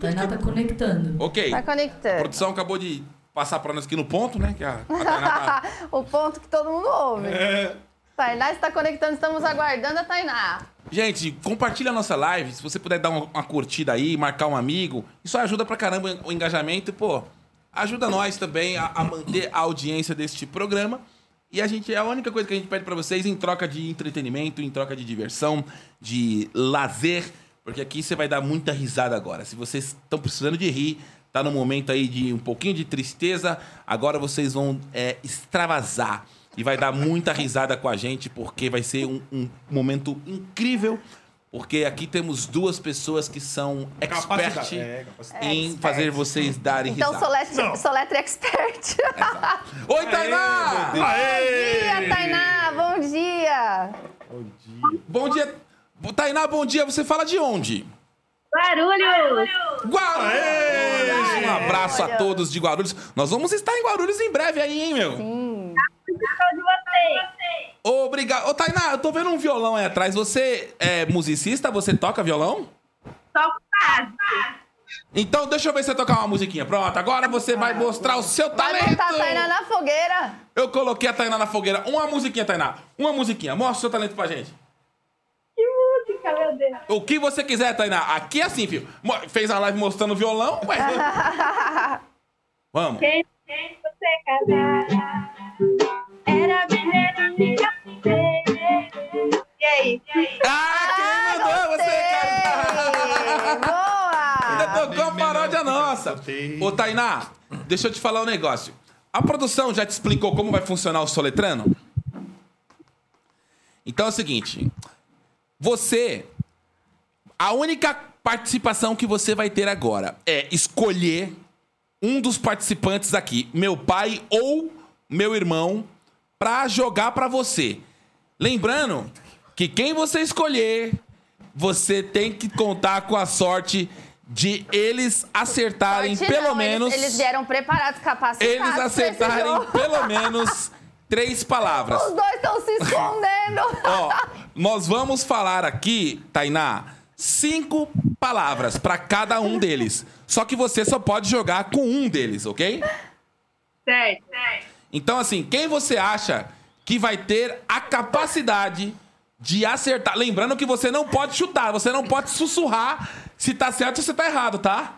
G: Tainá tá conectando.
B: Ok.
A: Tá
B: A
A: conectando.
B: produção acabou de passar pra nós aqui no ponto, né? Que a, a Tainá tá-
A: o ponto que todo mundo ouve.
B: É.
A: Tainá está conectando, estamos aguardando a Tainá.
B: Gente, compartilha a nossa live. Se você puder dar uma, uma curtida aí, marcar um amigo. Isso ajuda pra caramba o engajamento. e, Pô, ajuda nós também a, a manter a audiência deste programa. E a gente, é a única coisa que a gente pede pra vocês em troca de entretenimento, em troca de diversão, de lazer. Porque aqui você vai dar muita risada agora. Se vocês estão precisando de rir, tá no momento aí de um pouquinho de tristeza, agora vocês vão é, extravasar. E vai dar muita risada com a gente, porque vai ser um, um momento incrível. Porque aqui temos duas pessoas que são expert
H: Capacidade, é,
B: em
A: expert.
B: fazer vocês darem
A: Então,
B: risada.
A: soletra, soletra expert.
B: Oi, Tainá!
A: bom dia, Tainá, bom dia.
B: Bom dia. Tainá, bom dia. Você fala de onde?
I: Barulhos!
B: Guarulhos! Um abraço a
A: Guarulhos.
B: todos de Guarulhos. Nós vamos estar em Guarulhos em breve aí, hein, meu?
I: Sou de vocês!
B: Obrigado. Ô, Tainá, eu tô vendo um violão aí atrás. Você é musicista? Você toca violão?
I: Só com base.
B: Então deixa eu ver você tocar uma musiquinha. Pronto, agora você vai mostrar o seu
A: Vai botar a Tainá
B: talento.
A: na fogueira.
B: Eu coloquei a Tainá na fogueira. Uma musiquinha, Tainá. Uma musiquinha. Mostra o seu talento pra gente.
I: Que música, meu Deus!
B: O que você quiser, Tainá. Aqui é assim, filho. Mo- Fez a live mostrando o violão, ué. Vamos.
I: Quem, quem você casar? Era mineirinha E aí? E aí?
B: Ah, quem mandou você, cara?
A: Ei, boa!
B: Ainda tocou uma paródia nossa. Ô, Tainá, deixa eu te falar um negócio. A produção já te explicou como vai funcionar o Soletrano? Então é o seguinte. Você. A única participação que você vai ter agora é escolher um dos participantes aqui, meu pai ou meu irmão, pra jogar pra você. Lembrando que quem você escolher, você tem que contar com a sorte de eles acertarem
A: Sorte
B: pelo
A: não, eles-
B: menos.
A: Eles, vieram né, preparados, capacitados.
B: eles
A: pra esse
B: acertarem
A: jogo.
B: pelo menos três palavras.
A: Os dois estão se escondendo.
B: Ó, nós vamos falar aqui, Tainá, cinco palavras pra cada um deles. Só que você só pode jogar com um deles, ok?
I: Certo, certo.
B: Então, assim, quem você acha que vai ter a capacidade de acertar? Lembrando que você não pode chutar, você não pode sussurrar se tá certo ou se tá errado, tá?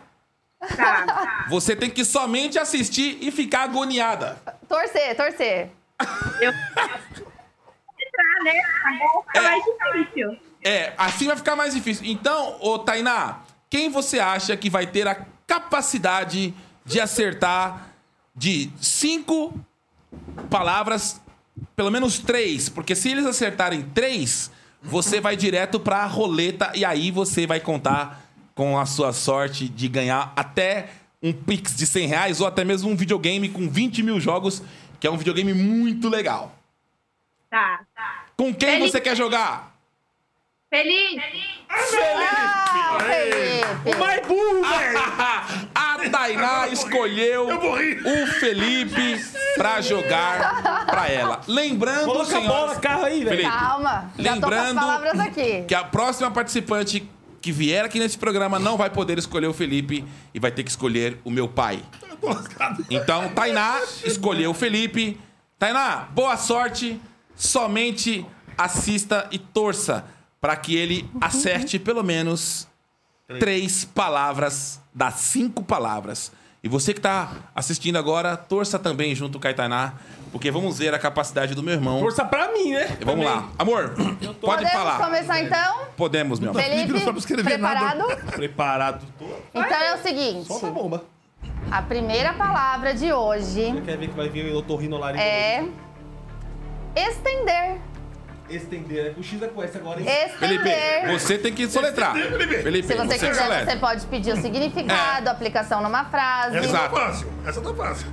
I: Tá.
B: Você tem que somente assistir e ficar agoniada.
A: Torcer, torcer.
I: Eu. Entrar, né? Agora fica mais difícil.
B: É, assim vai ficar mais difícil. Então, ô Tainá, quem você acha que vai ter a capacidade de acertar de cinco palavras, pelo menos três? Porque se eles acertarem três, você vai direto pra roleta e aí você vai contar com a sua sorte de ganhar até um Pix de 100 reais ou até mesmo um videogame com 20 mil jogos, que é um videogame muito legal.
I: Tá, tá.
B: Com quem
I: Feliz-
B: você quer jogar?
I: Feliz?
A: Ah, Felipe.
C: Mais burro,
H: Ah,
C: né? velho!
B: A Tainá escolheu o Felipe pra jogar pra ela. Lembrando,
C: Coloca a bola,
B: senhoras,
C: carro aí, velho.
B: Felipe.
A: Calma. Já tô com as
B: Lembrando
A: palavras aqui.
B: que a próxima participante que vier aqui nesse programa não vai poder escolher o Felipe e vai ter que escolher o meu pai. Então, Tainá escolheu o Felipe. Tainá, boa sorte. Somente assista e torça pra que ele acerte pelo menos três palavras das cinco palavras. E você que tá assistindo agora, torça também junto com a Tainá, porque vamos ver a capacidade do meu irmão.
C: Força pra mim, né?
B: Vamos lá. Amor, pode
A: Podemos
B: falar.
A: começar então?
B: Podemos, meu amor.
A: Felipe,
E: não sabe escrever
A: preparado?
E: nada.
C: Preparado. Tô...
A: Então é o seguinte.
C: Solta a bomba.
A: A primeira palavra de hoje
H: Você quer ver que vai vir o otorrinolaringo?
A: é estender.
H: Estender. É com X é com S agora. hein?
B: Felipe, é
A: Estender.
B: você tem que soletrar. Felipe,
A: Se você quiser,
B: soletra.
A: você pode pedir o significado, a aplicação numa frase.
E: Essa
B: Exato.
E: tá fácil. Essa tá fácil.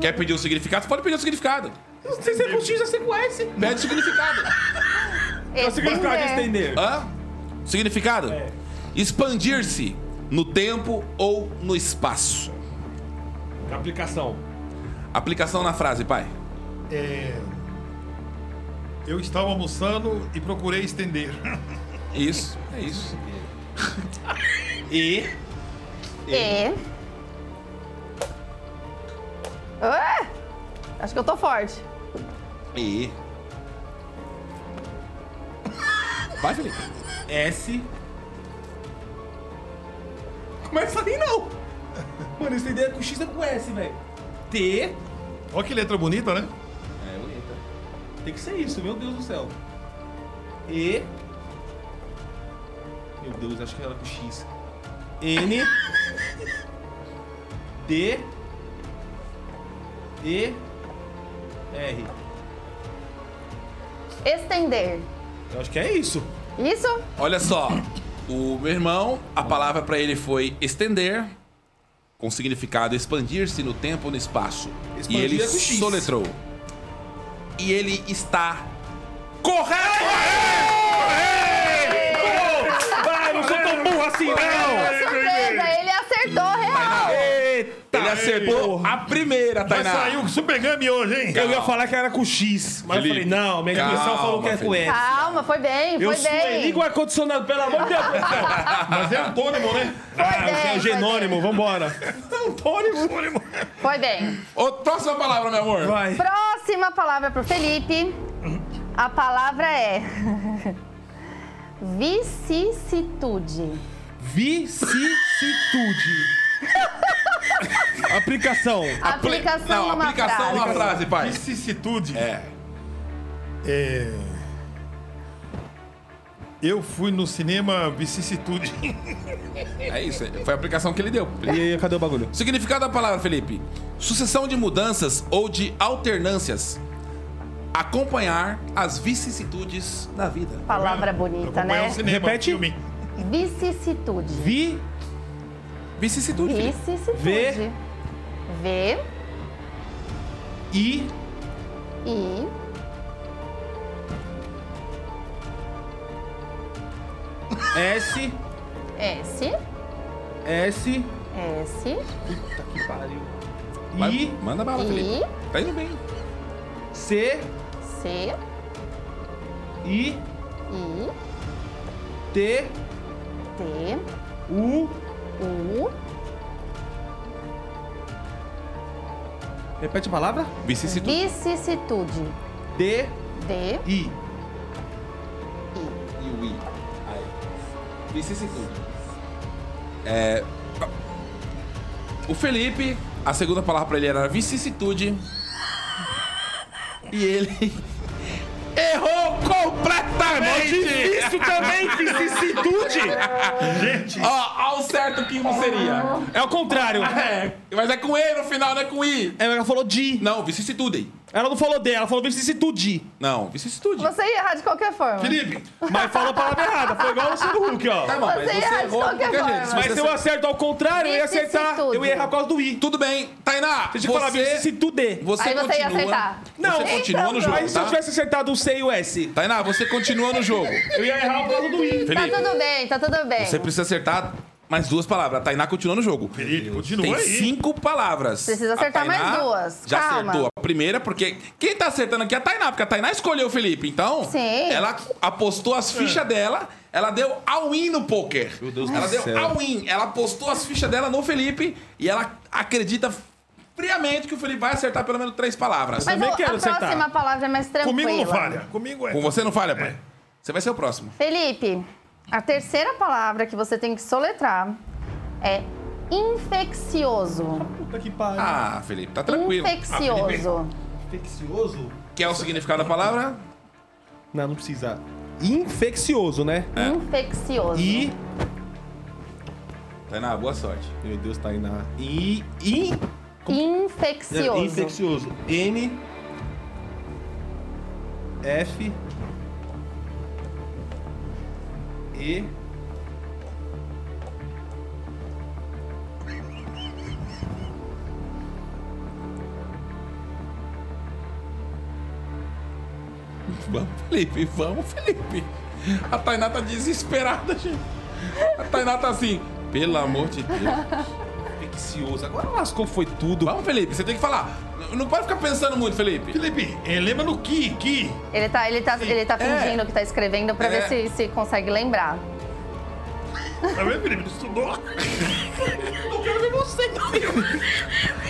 B: Quer pedir o significado? Você pode pedir o significado.
H: Não sei se é com X ou se é com S.
B: Pede o significado.
C: um
H: É o significado
C: né?
H: de estender.
B: Hã? Significado?
E: É.
B: Expandir-se no tempo ou no espaço.
C: Aplicação.
B: Aplicação na frase, pai.
E: Eu estava almoçando e procurei estender.
B: Isso, é isso. E
A: E. Ah! Acho que eu tô forte.
B: E. Vai, Felipe.
H: S.
B: Começa ali, não.
H: Mano, estender é com X é com S, velho. T.
E: Olha que letra bonita, né?
H: É, bonita. Tem que ser isso, meu Deus do céu. E. Meu Deus, acho que era com X. N. D. E. R.
A: Estender.
H: Eu acho que é isso.
A: Isso?
B: Olha só. O meu irmão, a palavra pra ele foi estender, com significado expandir-se no tempo e no espaço.
H: Expandir
B: e ele
H: é com X.
B: soletrou. E ele está correto!
C: Ah, eu não sou tão burro assim, não!
A: Surpresa, ele acertou real.
C: Eita!
B: Ele acertou a primeira,
E: Vai
B: Tainá.
E: sair o Super Gummy hoje, hein?
C: Eu ia falar que era com X, mas eu falei,
B: Felipe,
C: não, minha intuição
B: calma,
C: falou que é com
B: Felipe.
C: S.
A: Calma, foi bem,
C: Eu
A: foi
C: sou
A: bem.
C: liga o ar-condicionado, pelo amor de Deus!
E: Mas é antônimo, né?
C: Ah,
A: bem,
C: você é
A: foi
C: o genônimo, vambora.
E: Antônimo.
A: Foi bem.
B: Ô, próxima palavra, meu amor.
C: Vai.
A: Próxima palavra pro Felipe. A palavra é vicissitude.
C: Vicissitude. Aplicação.
B: Apli-
A: Aplicação
B: não,
A: numa
B: aplicação
A: frase.
B: numa frase, pai.
E: Vicissitude.
B: É.
E: É. Eu fui no cinema Vicissitude.
B: É isso, foi a aplicação que ele deu.
C: E aí, cadê o bagulho?
B: Significado da palavra, Felipe: sucessão de mudanças ou de alternâncias. Acompanhar as vicissitudes da vida.
A: Palavra bonita, né?
E: Acompanhar é o cinema,
C: Repete.
E: filme.
A: Vicissitude.
C: Vi.
B: Vicissitude, Felipe.
A: Vicissitude.
C: V.
A: V.
C: I.
A: I.
H: S.
A: S.
H: S.
A: S.
H: Que pariu.
B: Vai,
H: I.
B: manda bala, Felipe.
A: I.
B: Tá indo bem.
H: C.
A: C.
H: I.
A: I.
H: T.
A: T.
H: U.
A: U.
H: Repete a palavra.
B: Vicissitude.
A: Vicissitude.
H: D.
A: D.
H: I.
B: E o I. Aí. Vicissitude. É. O Felipe, a segunda palavra pra ele era vicissitude. E ele. Errou completamente!
C: Isso É também, vicissitude.
B: Ó, ao certo que um seria.
C: É o contrário.
B: É, mas é com E no final, não é com I.
C: Ela falou de.
B: Não, vicissitude.
C: Ela não falou de, ela falou vicissitude.
B: Não, vicissitude.
A: Você ia errar de qualquer forma.
E: Felipe,
C: Mas falou a palavra errada. Foi igual o Luciano Huck, ó.
B: Tá bom, mas
A: Você erra de qualquer forma.
B: Se
C: Mas
B: você é um
C: se eu acerto ao contrário, eu ia acertar.
A: Vicissitude.
C: Eu ia errar por causa do I.
B: Tudo bem. Tainá, você...
C: Deixa eu falar vicissitude.
B: Você
A: Aí você ia
B: continua...
A: acertar.
B: Não,
C: Não,
B: você
C: então,
B: continua no jogo,
C: Mas se eu
B: tá?
C: tivesse acertado o C e o S,
B: Tainá, você continua no jogo.
C: eu ia errar por causa do I.
A: Tá
B: Felipe,
A: tudo bem, tá tudo bem.
B: você precisa acertar mais duas palavras. A Tainá continua no jogo.
E: Felipe, continua
B: Tem
E: aí.
B: cinco palavras.
A: Precisa
B: A
A: acertar mais
B: Tainá
A: duas.
B: Já
A: Calma.
B: acertou a primeira, porque quem tá acertando aqui é a Tainá, porque a Tainá escolheu o Felipe. Então,
A: Sim.
B: ela apostou as
E: É.
B: fichas dela, ela deu all-in no poker. Meu Deus ela deu all-in. Ela apostou as fichas dela no Felipe e ela acredita friamente que o Felipe vai acertar pelo menos três palavras.
A: Mas
C: também
A: o-
C: quero
A: a
C: acertar.
A: próxima palavra é mais tranquila.
E: comigo não falha. Comigo é.
B: Com você não falha, pai. Você vai ser o próximo.
A: Felipe, a terceira palavra que você tem que soletrar é infeccioso.
H: Puta que pariu.
B: Ah, Felipe, tá tranquilo. Ah,
A: Infeccioso.
H: Infeccioso?
B: Quer o significado da palavra?
H: Não, não
B: É.
H: precisa. Infeccioso, né?
A: Infeccioso.
H: I.
B: Tainá, boa sorte.
C: Meu Deus, tá Tainá. E. e
J: Infeccioso.
B: É,
C: infeccioso. N. F. E.
B: Vamos, Felipe, vamos, Felipe. A Tainá tá desesperada, gente. A Tainá tá assim, pelo amor de Deus.
C: Infeccioso. Agora lascou, foi tudo.
B: Vamos, Felipe, você tem que falar. N- Não pode ficar pensando muito, Felipe.
E: Felipe, eh, lembra no Ki, Ki?
A: Ele tá, ele tá, ele tá fingindo que tá escrevendo pra
B: É.
A: ver se, se consegue lembrar.
E: Tá vendo, Felipe? Não Estudou?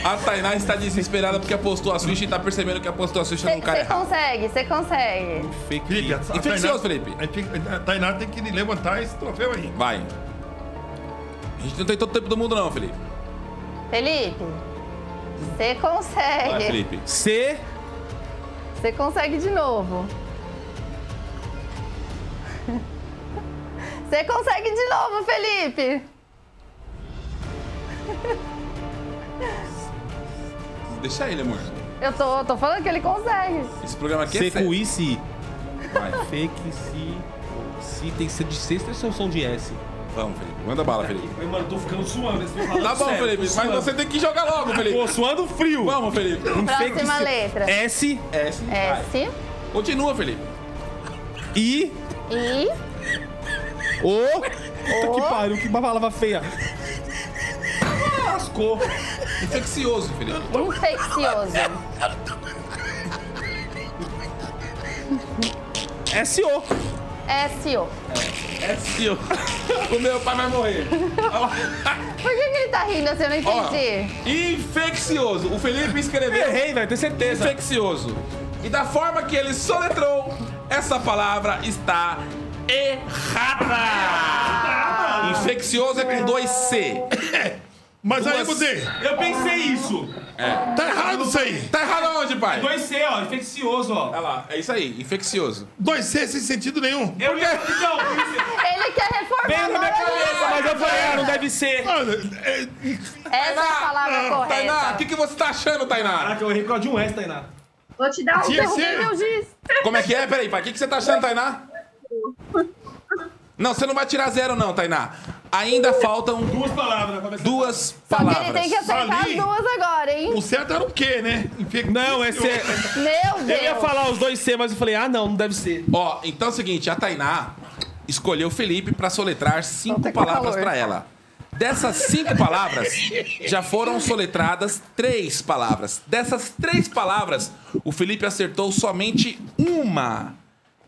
B: A Tainá está desesperada porque apostou a ficha e tá percebendo que apostou a ficha num cara
A: Você
B: errado.
A: consegue, você consegue.
E: Felipe, a, a
B: Infeccioso, Felipe.
E: a Infe- A Tainá tem que levantar esse troféu aí.
B: Vai. A gente não tem todo o tempo do mundo, não, Felipe.
A: Felipe, você
B: Vai,
A: consegue.
B: Felipe.
C: C.
A: Você consegue de novo. Você consegue de novo, Felipe.
B: Deixa ele, amor.
A: Eu tô, tô falando que ele consegue.
B: Esse programa aqui é
C: C com
B: sério.
C: I, se.
B: Vai.
C: Fake, se. Se tem que ser de sexta e som de S.
B: Vamos, Felipe. Manda bala, Felipe.
C: Ai, mano, tô ficando suando.
B: Tá bom, Felipe, mas você tem que jogar logo,
C: Tô
B: Felipe.
C: suando frio.
B: Vamos, Felipe.
A: Próxima letra.
C: S.
B: S. Vai.
A: S,
B: Continua, Felipe.
C: I.
A: I,
C: O. Puta que pariu, que palavra feia. Lascou.
B: Infeccioso, Felipe.
A: infeccioso.
C: S-O.
A: S-O.
B: É seu. O meu pai vai morrer.
A: Por que, que ele tá rindo assim? Eu não
B: Ó,
A: entendi.
B: infeccioso. O Felipe escreveu
C: Errei, velho, tenho certeza.
B: infeccioso. E da forma que ele soletrou, essa palavra está errada. Infeccioso é com dois C.
E: Mas aí,
B: Duas-
E: você,
C: Eu pensei isso.
E: tá errado isso aí.
B: É. Tá errado aonde, pai?
C: Dois C, ó, infeccioso, ó.
B: Olha lá, é isso aí, infeccioso.
E: Dois C sem sentido nenhum.
C: Eu Então, isso-
A: Ele quer
C: veio na minha
A: reformar.
C: cabeça, mas eu falei, ah, não deve ser.
E: Mano, é,
A: Essa é a palavra
B: Tainá, o
A: correta.
B: que, que você tá achando, Tainá?
C: eu errei por causa de um S, Tainá.
I: Vou te dar um
E: tinha que
A: Derrubei
E: ser.
A: meu giz.
B: Como é que é? Peraí, pai, o que, que você tá achando, Tainá? Não, você não vai tirar zero, não, Tainá. Ainda faltam
C: Duas palavras. pra ver se-
B: duas
A: Só que
B: palavras.
A: ele tem que acertar
E: Ali.
A: as duas agora, hein?
E: O certo era o quê, né? Infec-
C: Não, é C.
A: Meu
C: Eu ia
A: Deus.
C: falar os dois C, mas eu falei, ah, não, não deve ser.
B: Ó, então é o seguinte, a Tainá escolheu o Felipe pra soletrar cinco
A: Volta com
B: palavras
A: calor.
B: pra ela. Dessas cinco palavras, já foram soletradas três palavras. Dessas três palavras, o Felipe acertou somente uma,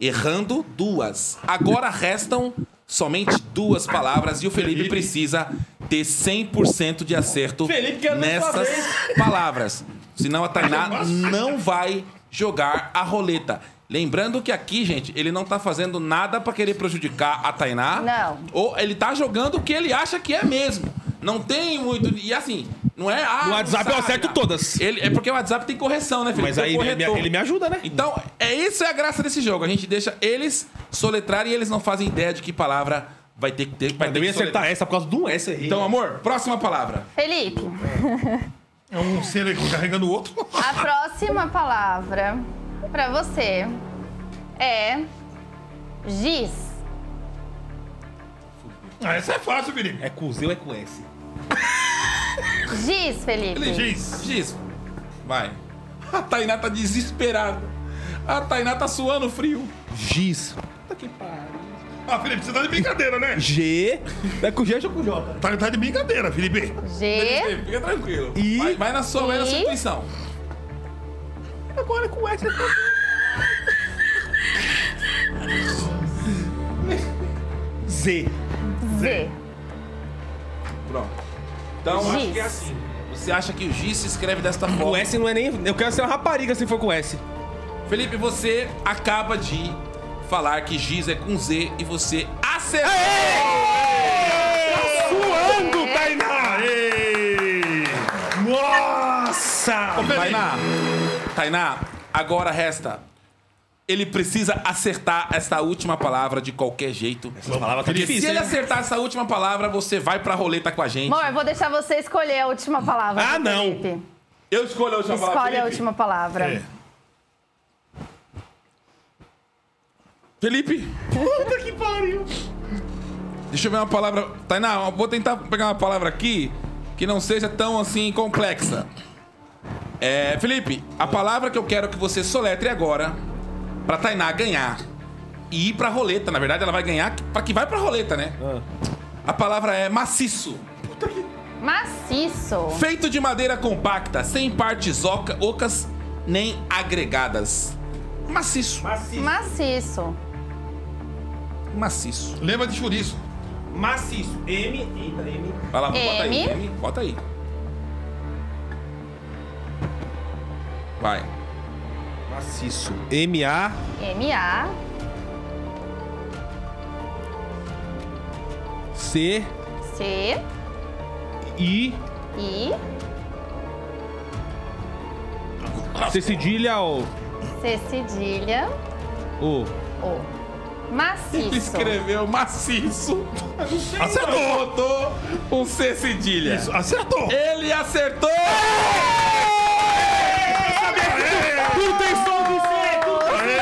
B: errando duas. Agora restam somente duas palavras e o Felipe precisa ter 100% de acerto
C: Felipe, que é a nossa
B: nessas
C: vez.
B: palavras. Senão a Tainá não vai jogar a roleta. Lembrando que aqui, gente, ele não tá fazendo nada pra querer prejudicar a Tainá.
A: Não.
B: Ou ele tá jogando o que ele acha que é mesmo. Não tem muito. E assim, não é. Ah,
C: No
B: não
C: WhatsApp eu
B: sabe.
C: acerto todas.
B: Ele, é porque o WhatsApp tem correção, né, Felipe?
C: Mas
B: Tem
C: aí
B: um
C: ele me,
B: corretor.
C: ele me ajuda, né?
B: Então, é isso é a graça desse jogo. A gente deixa eles soletrarem e eles não fazem ideia de que palavra vai ter que ter. Vai
C: Mas
B: ter
C: eu ia
B: que soletrar.
C: acertar essa por causa de um S aí.
B: Então, amor, próxima palavra.
A: Felipe,
E: É um C carregando o outro.
A: a próxima palavra pra você é giz.
E: Ah, essa é fácil, Felipe.
C: é com Z ou é com S?
A: Giz,
E: Ele
A: Felipe.
E: diz.
B: Giz, vai. A Tainá tá desesperada. A Tainá tá suando frio.
C: Giz.
E: Ah, Felipe, você tá de brincadeira, né?
C: G. É com G ou com J?
E: Tá, tá de brincadeira, Felipe.
A: G,
B: Felipe, Fica tranquilo.
C: E-
B: Vai, vai na sua, vai na sua
A: E-
B: intuição.
C: Agora é com S.
B: tá
C: Z.
A: Z.
B: Pronto. Então,
A: Giz.
B: acho que é assim. Você acha que o Giz se escreve desta
C: Com
B: forma.
C: S não é nem. Eu quero ser uma rapariga se for com S.
B: Felipe, você acaba de falar que Giz é com Z e você acertou.
C: Suando, Tainá! Nossa!
B: Tainá, Tainá, agora resta Ele precisa acertar essa última palavra de qualquer jeito. Essa
C: palavra tá difícil,
B: Se ele
C: hein?
B: acertar essa última palavra, você vai pra roleta com a gente.
A: Amor, eu vou deixar você escolher a última palavra.
B: Ah, não.
A: Felipe.
B: Eu escolho a última palavra.
A: Escolhe a última palavra.
B: Felipe,
C: Puta que pariu.
B: deixa eu ver uma palavra. Tainá, eu vou tentar pegar uma palavra aqui que não seja tão assim complexa. É, Felipe, a palavra que eu quero que você soletre agora pra Tainá ganhar e ir pra roleta. Na verdade, ela vai ganhar pra que vai pra roleta, né?
C: Ah.
B: A palavra é maciço.
A: Maciço.
B: Feito de madeira compacta, sem partes oca, ocas nem agregadas. Maciço.
A: Maciço.
B: Maciço.
E: Lembra de chouriço.
C: Maciço. M. Eita, M.
B: Vai lá, bota aí.
A: M.
B: M, Bota aí. Vai.
C: Maciço.
K: M-A.
A: M-A.
K: C.
A: C.
K: I.
A: I.
K: C cedilha ou.
A: C cedilha.
K: O.
A: O.
B: Ele
A: Maciço.
B: escreveu maciço. Acertou. Botou um C cedilha.
E: Isso, acertou.
B: Ele acertou! É.
K: Não tem som de
E: Aê!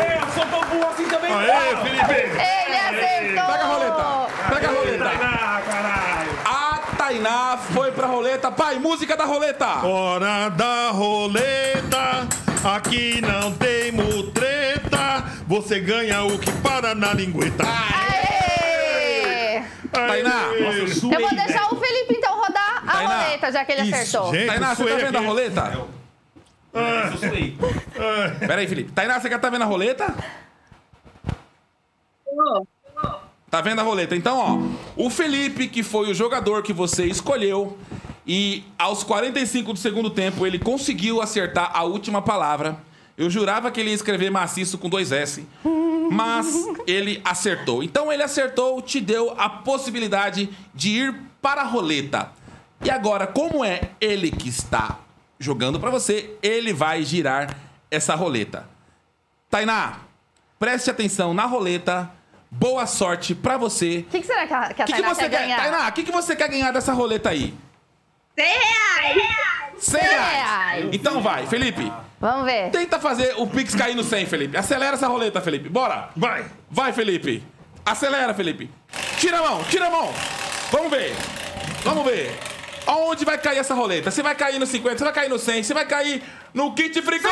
C: É, eu sou tão burro assim também.
E: Aê,
C: não.
E: Felipe!
A: Ele acertou.
B: Pega a roleta. Pega a roleta.
C: Ah, caralho.
B: A Tainá foi pra roleta. Pai, música da roleta.
E: Hora da roleta, aqui não tem mutreta, você ganha o que para na lingueta.
A: Aê!
E: Aê!
B: Tainá,
C: Nossa, eu suei,
A: Eu vou deixar o Felipe então rodar a
B: Tainá,
A: roleta, já que ele
E: isso,
A: acertou.
E: gente.
B: Tainá, você
E: Foi
B: tá vendo a
E: aqui. É
B: roleta?
C: velho. Eu suei.
B: Pera aí, Felipe. Tainá, você tá vendo a roleta?
L: Tô.
B: Tá vendo a roleta? Então, ó, o Felipe, que foi o jogador que você escolheu, e aos 45 do segundo tempo ele conseguiu acertar a última palavra. Eu jurava que ele ia escrever maciço com dois S, mas ele acertou. Então ele acertou, te deu a possibilidade de ir para a roleta. E agora, como é ele que está jogando para você, ele vai girar essa roleta. Tainá, preste atenção na roleta. Boa sorte pra você.
A: O que, que será que a, que a
B: O que, que
A: Tainá
B: você
A: quer
B: quer?
A: ganhar?
B: Tainá, o que, que você quer ganhar dessa roleta aí?
L: Cem reais.
B: 100
A: Cem
B: reais.
A: reais.
B: Então vai, Felipe.
A: Vamos ver.
B: Tenta fazer o Pix cair no 100, Felipe. Acelera essa roleta, Felipe. Bora.
E: Vai!
B: Vai, Felipe. Acelera, Felipe. Tira a mão, tira a mão. Vamos ver. Vamos ver. Onde vai cair essa roleta? Você vai cair no 50, você vai cair no 100, você vai cair no kit fricô.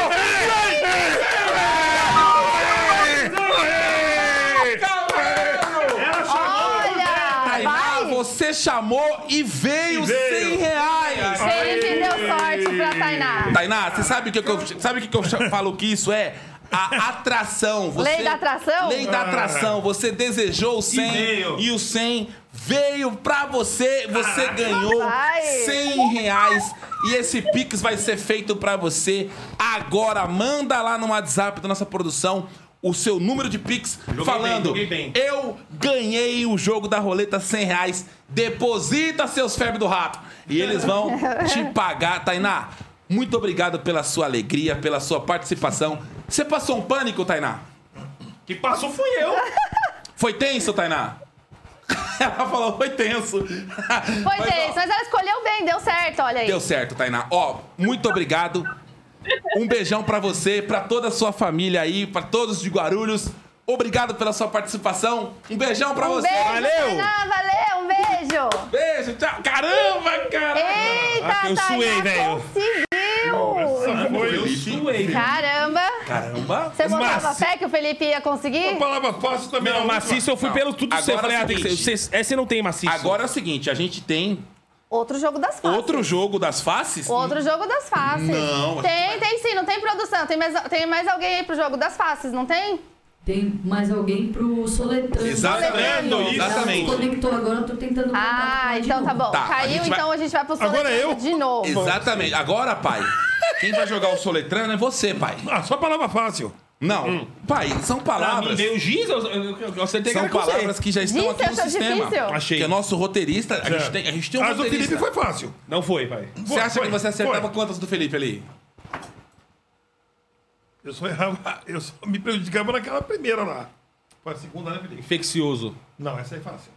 C: Ela chamou.
A: Olha!
B: Tainá,
A: Vai!
B: você chamou e veio,
E: E veio.
B: 100 reais.
A: Felipe deu sorte pra Tainá.
B: Tainá, você sabe o que, que eu, sabe o que, que eu cha- falo que isso é? A atração. Você-
A: Lei da atração?
B: Lei da atração. Você desejou o 100
C: veio.
B: e, o 100 veio pra você. Você ganhou
A: Vai.
B: 100 reais. E esse Pix vai ser feito pra você agora. Manda lá no WhatsApp da nossa produção o seu número de Pix
C: Joguei bem,
B: falando
C: joguei bem.
B: eu ganhei o jogo da roleta 100 reais. Deposita seus febres do rato. E eles vão te pagar. Tainá, muito obrigado pela sua alegria, pela sua participação. Você passou um pânico, Tainá?
C: Que passou fui eu.
B: Foi tenso, Tainá? Ela falou, foi tenso.
A: Foi assim.
B: ó,
A: isso, é, mas ela escolheu bem, deu certo, olha aí.
B: Deu certo, Tainá. Ó, muito obrigado. Um beijão pra você, pra toda a sua família aí, pra todos de Guarulhos. Obrigado pela sua participação. Um beijão pra
A: um
B: você.
A: beijo,
B: Valeu!
A: Tainá, valeu, um beijo!
B: Beijo, tchau. Caramba, cara!
A: Eita,
K: Ah, eu
A: Tainá
K: suei, velho.
A: conseguiu!
E: Foi
C: Eu suei.
A: Caramba! um
B: Caramba!
A: Você botava
E: Mas-
A: fé que o Felipe ia conseguir?
E: palavra fácil também.
K: Não,
E: a última.
K: maciço eu fui
B: Não.
K: pelo tudo
B: Agora
K: seu. Eu Falei,
B: é o
K: ah, tem que
B: seguinte.
K: ser. você- Essa não tem maciço.
B: Agora é o seguinte, a gente tem
A: Outro jogo das faces.
B: outro jogo das faces.
A: Outro jogo das faces.
B: Não,
A: Tem, tem sim, não tem produção. Tem mais, tem mais alguém aí pro jogo das faces, não tem?
G: Tem mais alguém pro soletrando.
B: Exatamente,
G: Ela
B: exatamente.
G: Conectou agora, eu tô tentando contato com
A: Ah,
G: ela de
A: então tá
G: novo.
A: bom.
B: Tá, a
A: Caiu,
B: gente vai-
A: então a gente vai pro
E: Agora
A: soletrando
E: eu?
A: de novo.
B: Exatamente. Agora, pai, quem vai jogar o soletrano é você, pai.
E: Ah, só palavra fácil.
B: Não, pai, são
C: Pra mim
B: é palavras.
C: veio o giz, eu, eu, eu acertei que
B: São
C: era com
B: palavras
C: você.
B: que já estão
A: Disse,
B: aqui no
A: achou
B: sistema.
A: difícil?
B: Achei. Que é nosso roteirista, a gente tem, a gente tem um
E: Mas o
B: roteirista.
E: Felipe foi fácil.
C: Não foi, pai.
B: Você é acha
E: Foi,
B: que você acertava
E: foi.
B: quantas do Felipe ali?
E: Eu só errava, eu só me prejudicava naquela primeira lá. Foi a segunda, né, Felipe?
B: Infeccioso.
E: Não, essa é fácil.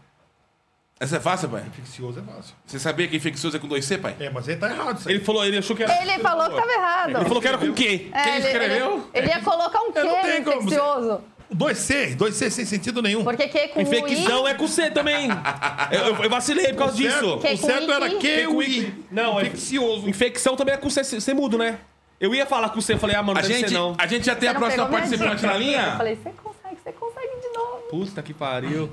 B: Essa é fácil, pai?
E: Infeccioso é fácil.
B: Você sabia que infeccioso é com 2C, pai?
E: É, mas ele tá errado.
B: Ele falou, ele achou que era.
A: Ele falou que tava errado.
B: Ele falou que era com quê?
A: É,
B: Quem
A: ele-
B: escreveu?
A: Ele, ele ia colocar um quê
E: não
A: no
E: tenho como você-
A: infeccioso.
E: 2C, 2C sem sentido nenhum.
A: Porque que com
C: Infecção
A: o I...
C: é com C também. Eu, eu- eu vacilei por causa
E: O Tá certo-
C: disso.
A: Que
E: O certo
A: com
E: era
A: I?
E: que
C: Tem
E: o
C: com
E: I.
C: I. Não, é-
E: Infeccioso.
C: Infecção também é com C, C, C mudo, né? Eu ia falar com C, eu falei, ah, mano,
B: A
C: não deve
B: gente,
C: ser não.
B: a gente já tem
A: Você
B: é a
A: não
B: próxima
A: pegou minha
B: participante
A: dica?
B: na
A: Eu
B: linha?
A: falei, você consegue, você consegue de novo.
C: Puta que pariu.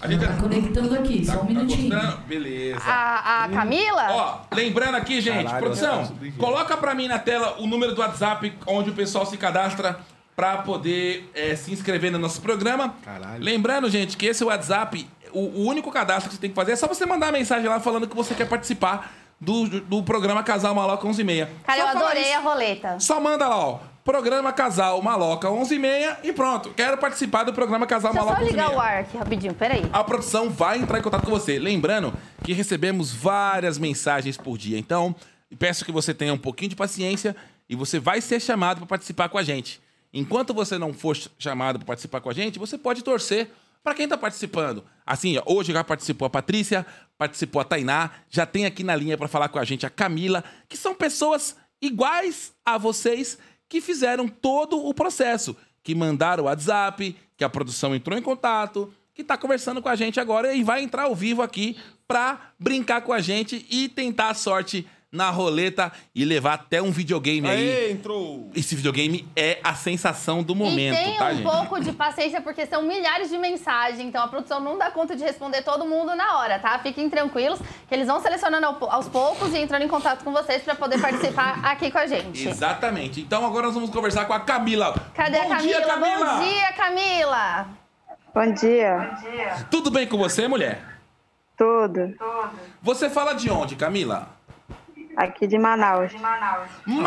B: A gente já
G: Tá conectando aqui, só um
B: tá
G: minutinho.
B: gostando? Beleza.
A: Ah, A, a Camila?
B: Hum. Ó, lembrando aqui, gente,
C: Caralho, eu
B: produção,
C: tava subindo.
B: coloca pra mim na tela o número do WhatsApp onde o pessoal se cadastra pra poder eh, se inscrever no nosso programa.
C: Caralho.
B: Lembrando, gente, que esse WhatsApp, o, o único cadastro que você tem que fazer é só você mandar a mensagem lá falando que você quer participar do, do programa Casal Maloca 11 e meia.
A: Cara,
B: Só
A: eu
B: falar
A: adorei a
B: isso.
A: roleta.
B: Só manda lá, ó. Programa Casal Maloca 11 e meia e pronto. Quero participar do programa Casal
A: Deixa eu só
B: Maloca 11 e
A: ligar o
B: meia.
A: ar aqui rapidinho, peraí.
B: A produção vai entrar em contato com você. Lembrando que recebemos várias mensagens por dia. Então, peço que você tenha um pouquinho de paciência e você vai ser chamado para participar com a gente. Enquanto você não for ch- chamado para participar com a gente, você pode torcer para quem está participando. Assim, ó, hoje já participou a Patrícia, participou a Tainá, já tem aqui na linha para falar com a gente a Camila, que são pessoas iguais a vocês que fizeram todo o processo, que mandaram o WhatsApp, que a produção entrou em contato, que tá conversando com a gente agora e vai entrar ao vivo aqui pra brincar com a gente e tentar a sorte na roleta e levar até um videogame aí.
M: Aê, entrou.
B: Esse videogame é a sensação do momento,
A: e tenha
B: tá,
A: um
B: gente?
A: pouco de paciência, porque são milhares de mensagens, então a produção não dá conta de responder todo mundo na hora, tá? Fiquem tranquilos, que eles vão selecionando ao- aos poucos e entrando em contato com vocês pra poder participar aqui com a gente.
B: Exatamente. Então agora nós vamos conversar com a Camila.
A: Cadê
B: Bom
A: a Camila?
B: Dia, Camila?
A: Bom dia, Camila!
N: Bom dia.
B: Tudo bem com você, mulher?
N: Tudo.
B: Você fala de onde, Camila?
N: Aqui de Manaus.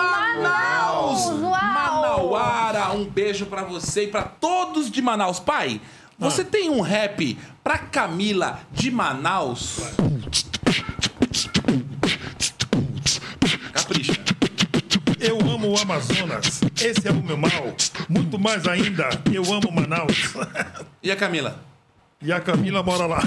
B: Manaus!
A: Uau!
B: Manauara, um beijo pra você e pra todos de Manaus. Pai, você tem um rap pra Camila de Manaus? Capricha.
E: Eu amo o Amazonas. Esse é o meu mal. Muito mais ainda, eu amo Manaus.
B: E a Camila?
E: E a Camila mora lá.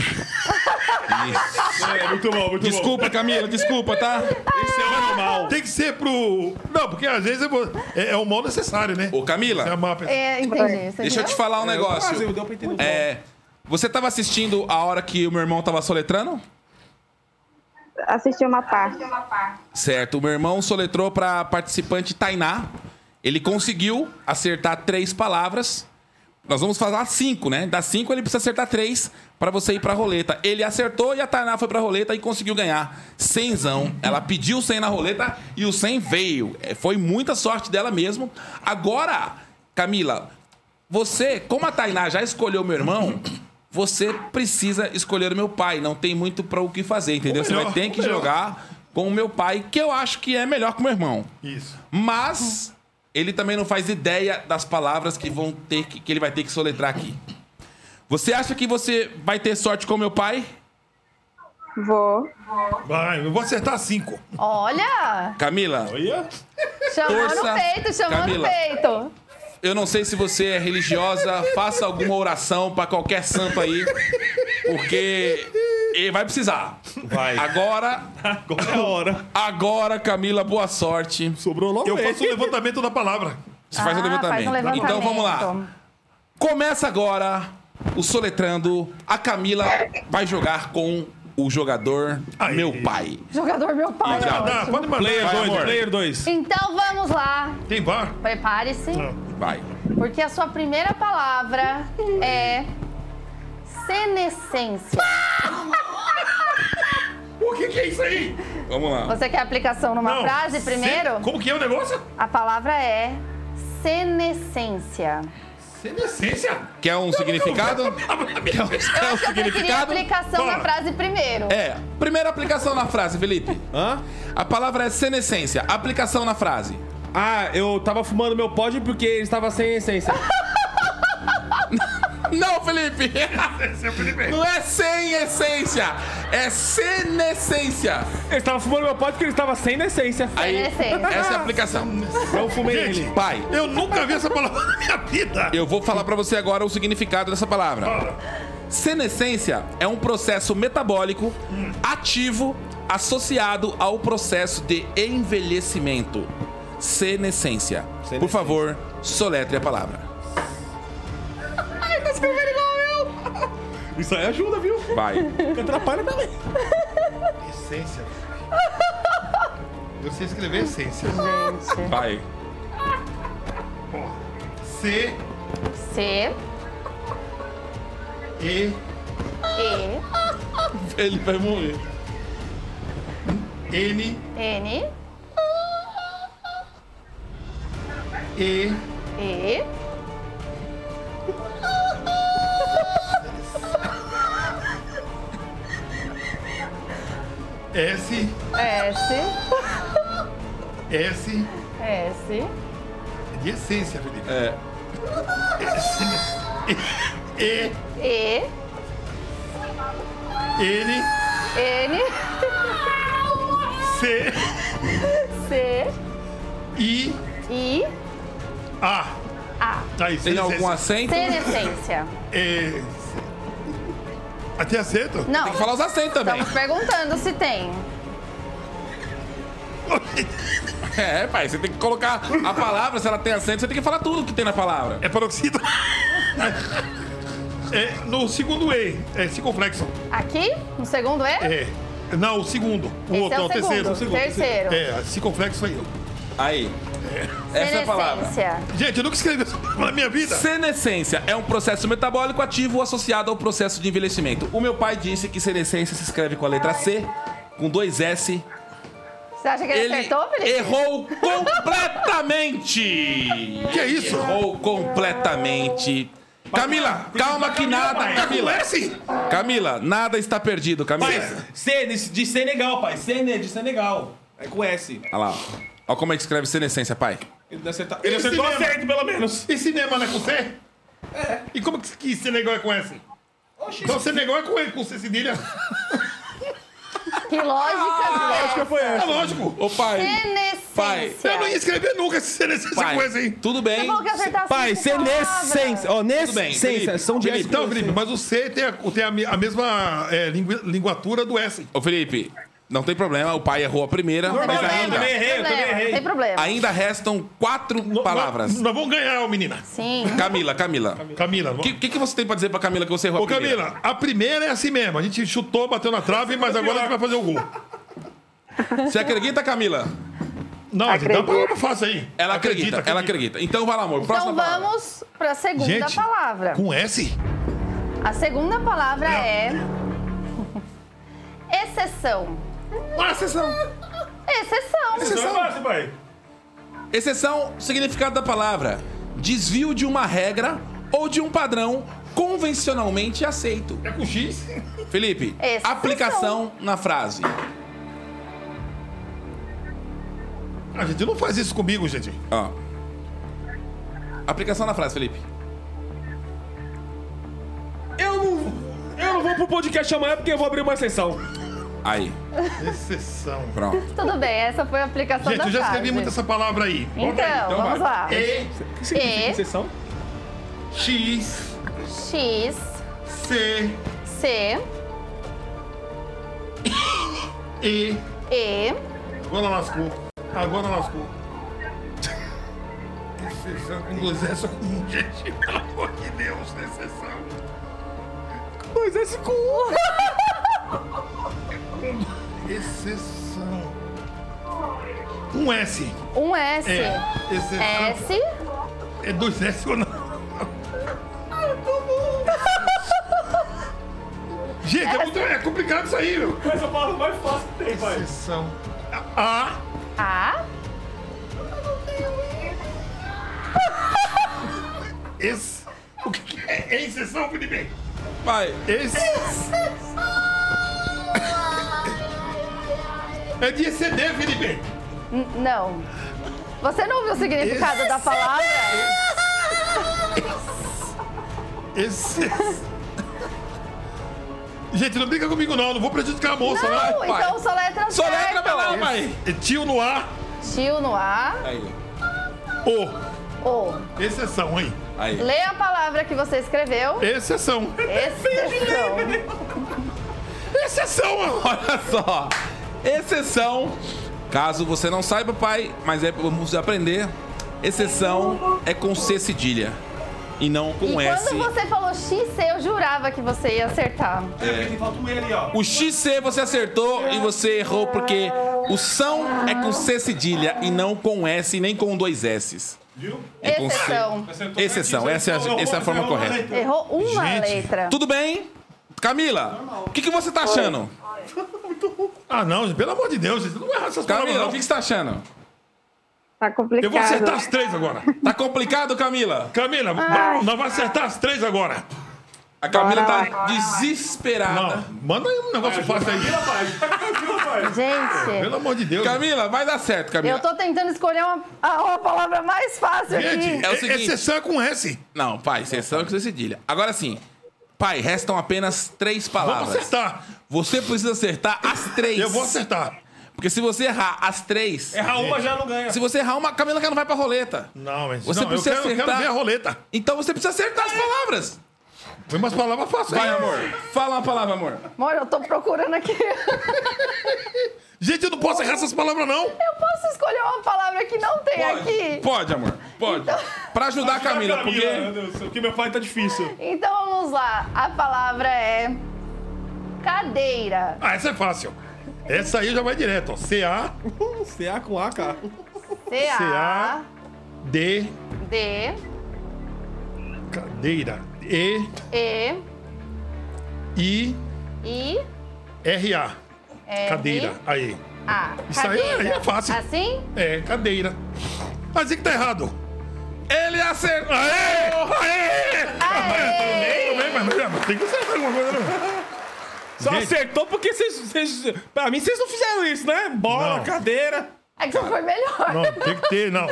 E: É, muito bom, muito
B: Desculpa, Camila, desculpa, tá?
E: Isso é normal. Tem que ser pro. Não, porque às vezes é, bo- é- é o mal necessário, né?
B: Ô,
E: É a
B: Camila,
E: mapa.
A: É, entendi. Você
B: deixa Tá eu te
A: viu?
B: falar um
M: Quase,
B: negócio.
M: deu pra entender.
B: É, você tava assistindo a hora que o meu irmão tava soletrando?
N: Assisti uma parte.
B: Certo, o meu irmão soletrou para participante Tainá. Ele conseguiu acertar três palavras. Nós vamos falar cinco, né? Das cinco ele precisa acertar três para você ir pra roleta. Ele acertou e a Tainá foi pra roleta e conseguiu ganhar cenzão. Ela pediu 100 na roleta e o 100 veio. É, Foi muita sorte dela mesmo. Agora, Camila, você, como a Tainá já escolheu meu irmão, você precisa escolher o meu pai. Não tem muito para o que fazer, entendeu?
E: Ou melhor,
B: você vai ter
E: ou
B: que
E: melhor.
B: jogar com o meu pai, que eu acho que é melhor que o meu irmão.
E: Isso.
B: Mas ele também não faz ideia das palavras que vão ter que, que ele vai ter que soletrar aqui. Você acha que você vai ter sorte com meu pai?
N: Vou.
E: Vai, eu vou acertar cinco.
A: Olha!
B: Camila,
E: Olha.
A: Chamando
B: Força,
A: o peito, chamando
B: Camila.
A: o peito.
B: eu não sei se você é religiosa, faça alguma oração pra qualquer santo aí, porque ele vai precisar.
C: Vai.
B: Agora,
C: Agora é a hora.
B: agora, Camila, boa sorte.
C: Sobrou logo
E: Eu
C: ele.
E: faço o levantamento da palavra.
B: Você faz o
A: Ah, faz um
B: levantamento. Então vamos lá.
A: levantamento.
B: Começa agora o Soletrando. A Camila vai jogar com o jogador
E: Aí.
B: meu pai.
A: Jogador meu pai.
B: Já.
A: ó.
E: Dá, Tá, pode mandar.
C: Player
E: Vai,
C: 2,
E: amor.
C: player 2.
A: Então vamos lá.
E: Tem bar?
A: Prepare-se.
B: Vai.
A: Porque a sua primeira palavra é senescência.
E: O que, que é isso aí?
B: Vamos lá.
A: Você quer a aplicação numa
E: Não,
A: frase
E: se-
A: primeiro?
E: Como que é o negócio?
A: A palavra é senescência.
E: Senescência.
B: Quer um significado? Quer um, quer um
A: Eu preferia a
B: significado?
A: aplicação
E: Bora.
A: na frase primeiro.
B: É. Primeira aplicação na frase, Felipe.
C: Hã?
B: A palavra é senescência. Aplicação na frase.
C: Ah, eu tava fumando meu pod porque ele estava sem essência.
B: Não, Felipe! Não é sem essência, é senescência.
C: Ele estava fumando meu pote porque ele estava sem essência.
B: Aí, essa é a aplicação.
C: Eu fumei
E: Gente,
C: ele.
B: Pai,
E: Eu nunca vi essa palavra na minha vida.
B: eu vou falar pra você agora o significado dessa palavra. Senescência é um processo metabólico ativo associado ao processo de envelhecimento. Senescência. Por favor, soletre a palavra.
A: Ai, tá escrevendo igual eu!
H: Isso aí ajuda, viu?
B: Vai.
C: Atrapalha também.
E: Essência. Eu sei escrever essência.
B: Vai.
E: C,
N: C,
E: E,
N: E,
B: Ele vai morrer.
E: N,
N: N,
E: E,
N: E.
E: S,
N: S,
E: S.
N: S,
E: De essência, Felipe.
B: É.
E: E,
N: E,
B: É.
E: N,
N: N,
E: C,
N: C,
E: I,
N: I,
E: A. A. Aí,
B: Tem
E: senescência.
B: algum acento?
N: senescência.
E: É... Até acerto?
N: Não,
B: Tem que falar os acentos também.
N: estamos perguntando se tem.
B: É, pai, você tem que colocar a palavra, se ela tem acento, você tem que falar tudo que tem na palavra.
E: É peroxido. É, no segundo E, é circunflexo.
N: Aqui, no segundo E?
E: É. Não, o segundo. O
N: Esse
E: outro,
N: é
E: não,
N: o
E: o terceiro.
N: segundo. Terceiro.
E: É, circunflexo aí.
B: Aí. Essa é a palavra.
N: Senescência.
E: Gente, eu nunca escrevi essa palavra na minha vida.
B: Senescência é um processo metabólico ativo associado ao processo de envelhecimento. O meu pai disse que senescência se escreve com a letra C, com dois S.
N: Você acha que ele,
B: Ele
N: acertou, Felipe?
B: errou completamente!
E: Que é isso?
B: Errou completamente. Camila, calma que nada, Camila.
E: Acontece?
B: Camila, nada está perdido, Camila.
H: C de, de Senegal, pai.
C: né,
H: Sene de Senegal. É com S.
B: Olha lá. Olha como é que escreve senescência, pai.
H: Ele acertou, ele
E: Esse
H: acertou
E: mesmo.
H: certo, pelo menos.
E: E cinema não é com C? É. E como que, que Senegal é com S? Então Senegal é com E, com C cedilha.
N: Que lógica
C: Foi
E: É
C: essa.
E: lógico.
B: Ô, pai.
N: é essa?
B: Pai,
E: Eu não ia escrever nunca esse senescência
B: Pai,
E: com S, hein?
B: tudo bem.
N: Você falou que ia
A: Tá
N: acertar assim
C: Pai,
B: é
N: cinco palavras.
C: senescência. Ó,
B: Felipe.
C: nescência. São de S.
E: Então, Felipe, mas o C tem a, tem a me- a mesma é, lingui- linguatura do S.
B: Ô, Felipe, não tem problema, o pai errou a primeira, mas
N: problema.
B: ainda,
H: também errei, eu também
N: Problema,
H: errei.
N: Tem problema.
B: ainda restam quatro palavras.
E: Nós, nós vamos ganhar, ô menina.
N: Sim.
B: Camila, Camila.
E: Camila,
B: O
E: vamos.
B: que, que, que você tem pra dizer pra Camila que você errou
E: Ô,
B: a primeira?
E: Camila, a primeira é assim mesmo. A gente chutou, bateu na trave, mas agora a gente vai fazer o gol.
B: Você acredita, Camila?
E: Não, gente, dá uma palavra fácil aí.
B: Ela acredita, ela acredita. Então vai lá, amor. Próxima
N: Então
B: palavra.
N: vamos para a segunda
E: Gente,
N: palavra.
E: Com S?
N: A segunda palavra é. Exceção.
E: Ah, sessão.
N: Exceção.
E: Exceção.
H: Fácil, pai.
B: Exceção, significado da palavra. Desvio de uma regra ou de um padrão convencionalmente aceito.
E: É com X?
B: Felipe,
N: Exceção.
B: aplicação na frase.
E: A gente não faz isso comigo, gente.
B: Ó. Aplicação na frase, Felipe.
C: Eu não, eu não vou pro podcast amanhã porque eu vou abrir uma sessão.
B: Aí,
E: Exceção.
B: pronto.
N: Tudo bem, essa foi a aplicação
E: Gente,
N: da
E: eu já escrevi
N: frase.
E: muito essa palavra aí.
N: Então,
B: então vai.
N: vamos lá.
E: E,
C: O que significa
N: E?
C: sessão?
E: X,
N: X,
E: C,
N: C,
E: E.
N: E,
E: Agora lascou. Agora lascou. Exceção com dois S só com um. Gente, pelo amor de Deus, exceção.
C: Pois é, com um.
E: Exceção. Um S.
N: um S.
E: É. Exceção.
N: S,
E: É dois S ou não? Gente, é, muito, é complicado isso aí, meu.
H: Essa palavra é mais fácil que tem, pai.
E: Exceção. A.
N: A,
E: Ex... O que, que é? É exceção, Felipe?
B: Pai,
E: Ex... É de exceder, Felipe.
N: N- não. Você não viu o significado da palavra?
E: Esse... é Gente, não briga comigo não, não vou prejudicar a moça,
A: Não,
E: vai, pai.
A: então soletra
E: Soletra
A: certo.
E: pra lá, pai. É Tio no ar.
A: Tio no ar.
B: Aí.
E: O.
A: O.
E: Exceção, hein?
B: Aí.
A: Lê a palavra que você escreveu. é
E: Exceção.
A: Exceção.
E: Exceção, mano.
B: Olha só. Exceção. Caso você não saiba, pai, mas é vamos aprender. Exceção é com C cedilha. E não
A: E
B: com S.
A: quando você falou XC, eu jurava que você ia acertar.
B: É.
O: Tem falta um E ali, ó.
B: O XC você acertou e você errou porque o são é com C cedilha e não com S nem com dois S's.
O: Viu?
B: É com C.
A: Exceção.
B: Exceção, essa é a, essa é a forma correta.
A: Errou uma letra.
B: Tudo bem? Camila, o que, que você tá achando?
E: Ah, não, gente, pelo amor de Deus, gente, não vai errar essas palavras,
B: Camila,
E: não.
B: o que, que você tá achando?
N: Tá complicado.
E: Eu vou acertar as três agora.
B: Tá complicado, Camila?
E: Camila, nós vamos acertar as três agora.
B: A Camila tá
N: Bora
E: Não,
B: desesperada.
E: manda aí um negócio fácil aí.
A: Gente,
E: Pelo amor de Deus.
B: Camila, vai dar certo, Camila.
A: eu tô tentando escolher uma, a- uma palavra mais fácil aqui.
E: Gente,
B: É o
E: é-
B: seguinte.
E: exceção é com S.
B: Não, pai, exceção é com C cedilha. Agora sim, pai, restam apenas três
E: Vamos
B: palavras.
E: acertar.
B: Você precisa acertar as três.
E: Eu vou acertar.
B: Porque se você errar as três,
O: Errar uma já não ganha.
B: se você errar uma, Camila já não vai pra roleta.
E: Não, mas
B: Você
E: não, eu,
B: precisa
E: quero, eu quero
B: acertar.
E: ver a roleta.
B: Então você precisa acertar as palavras.
E: Foi umas palavras fáceis.
B: Vai,
E: hein?
B: amor. Fala uma palavra, amor.
A: Amor, eu tô procurando aqui.
E: Gente, eu não posso errar essas palavras, não.
A: Eu posso escolher uma palavra que não tem É aqui?
B: Pode, amor. Pode. Pra ajudar a Camila,
O: Meu
B: porque.
O: Deus, do céu, que meu pai tá difícil.
A: Então vamos lá. A palavra é cadeira.
E: Ah, essa é fácil. Essa aí já vai direto, ó. C-A-D.
C: um,
O: CA com A, cara.
A: C A D
E: Cadeira. E-I-R-A.
A: E I R,
E: Cadeira. Aí.
A: A.
E: Isso aí
A: cadeira.
E: é- aí é fácil.
A: Assim?
E: É, cadeira. Mas e que tá errado?
B: Ele acertou!
E: Aê! Aê!
A: Aê!
E: Tudo bem, mas- mas- mas tem que acertar alguma coisa, né? não.
C: Só
E: Gente.
C: acertou porque vocês, vocês. Pra mim, vocês não fizeram isso, né? Bola,
E: Não.
C: cadeira.
A: É que você foi melhor.
E: Não, tem que ter, não.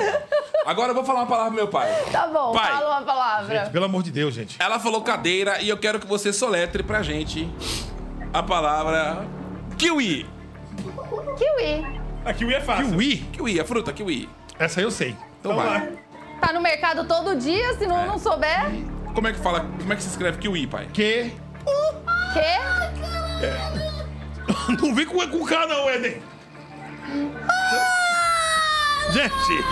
B: Agora eu vou falar uma palavra pro meu pai.
A: Tá bom,
B: Vai.
A: fala uma palavra.
E: Pelo amor de Deus, gente.
B: Ela falou cadeira e eu quero que você soletre pra gente a palavra kiwi.
A: Kiwi.
O: Aqui o I é fácil.
E: Kiwi.
B: Kiwi, a fruta kiwi.
E: Essa eu sei.
B: Então vai.
A: Tá no mercado todo dia, se não,
E: É.
A: não souber.
B: Como é que fala? Como é que se escreve kiwi, pai?
E: Que.
A: Que?
E: Não vem com, com K, não, Éden. Gente.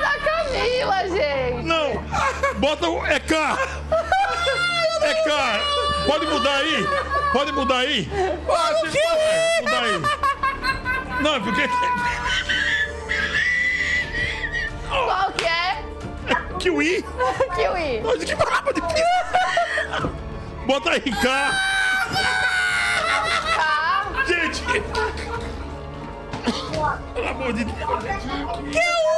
A: Da Camila, gente.
E: Não. Bota o. É K. É K. Pode mudar aí. Pode mudar aí. Pode mudar aí. Não, é porque.
A: Qual que é?
E: Kiwi.
A: Kiwi.
E: Mas que palavra difícil. Bota aí K.
A: Tá.
E: Gente. Pelo amor de Deus.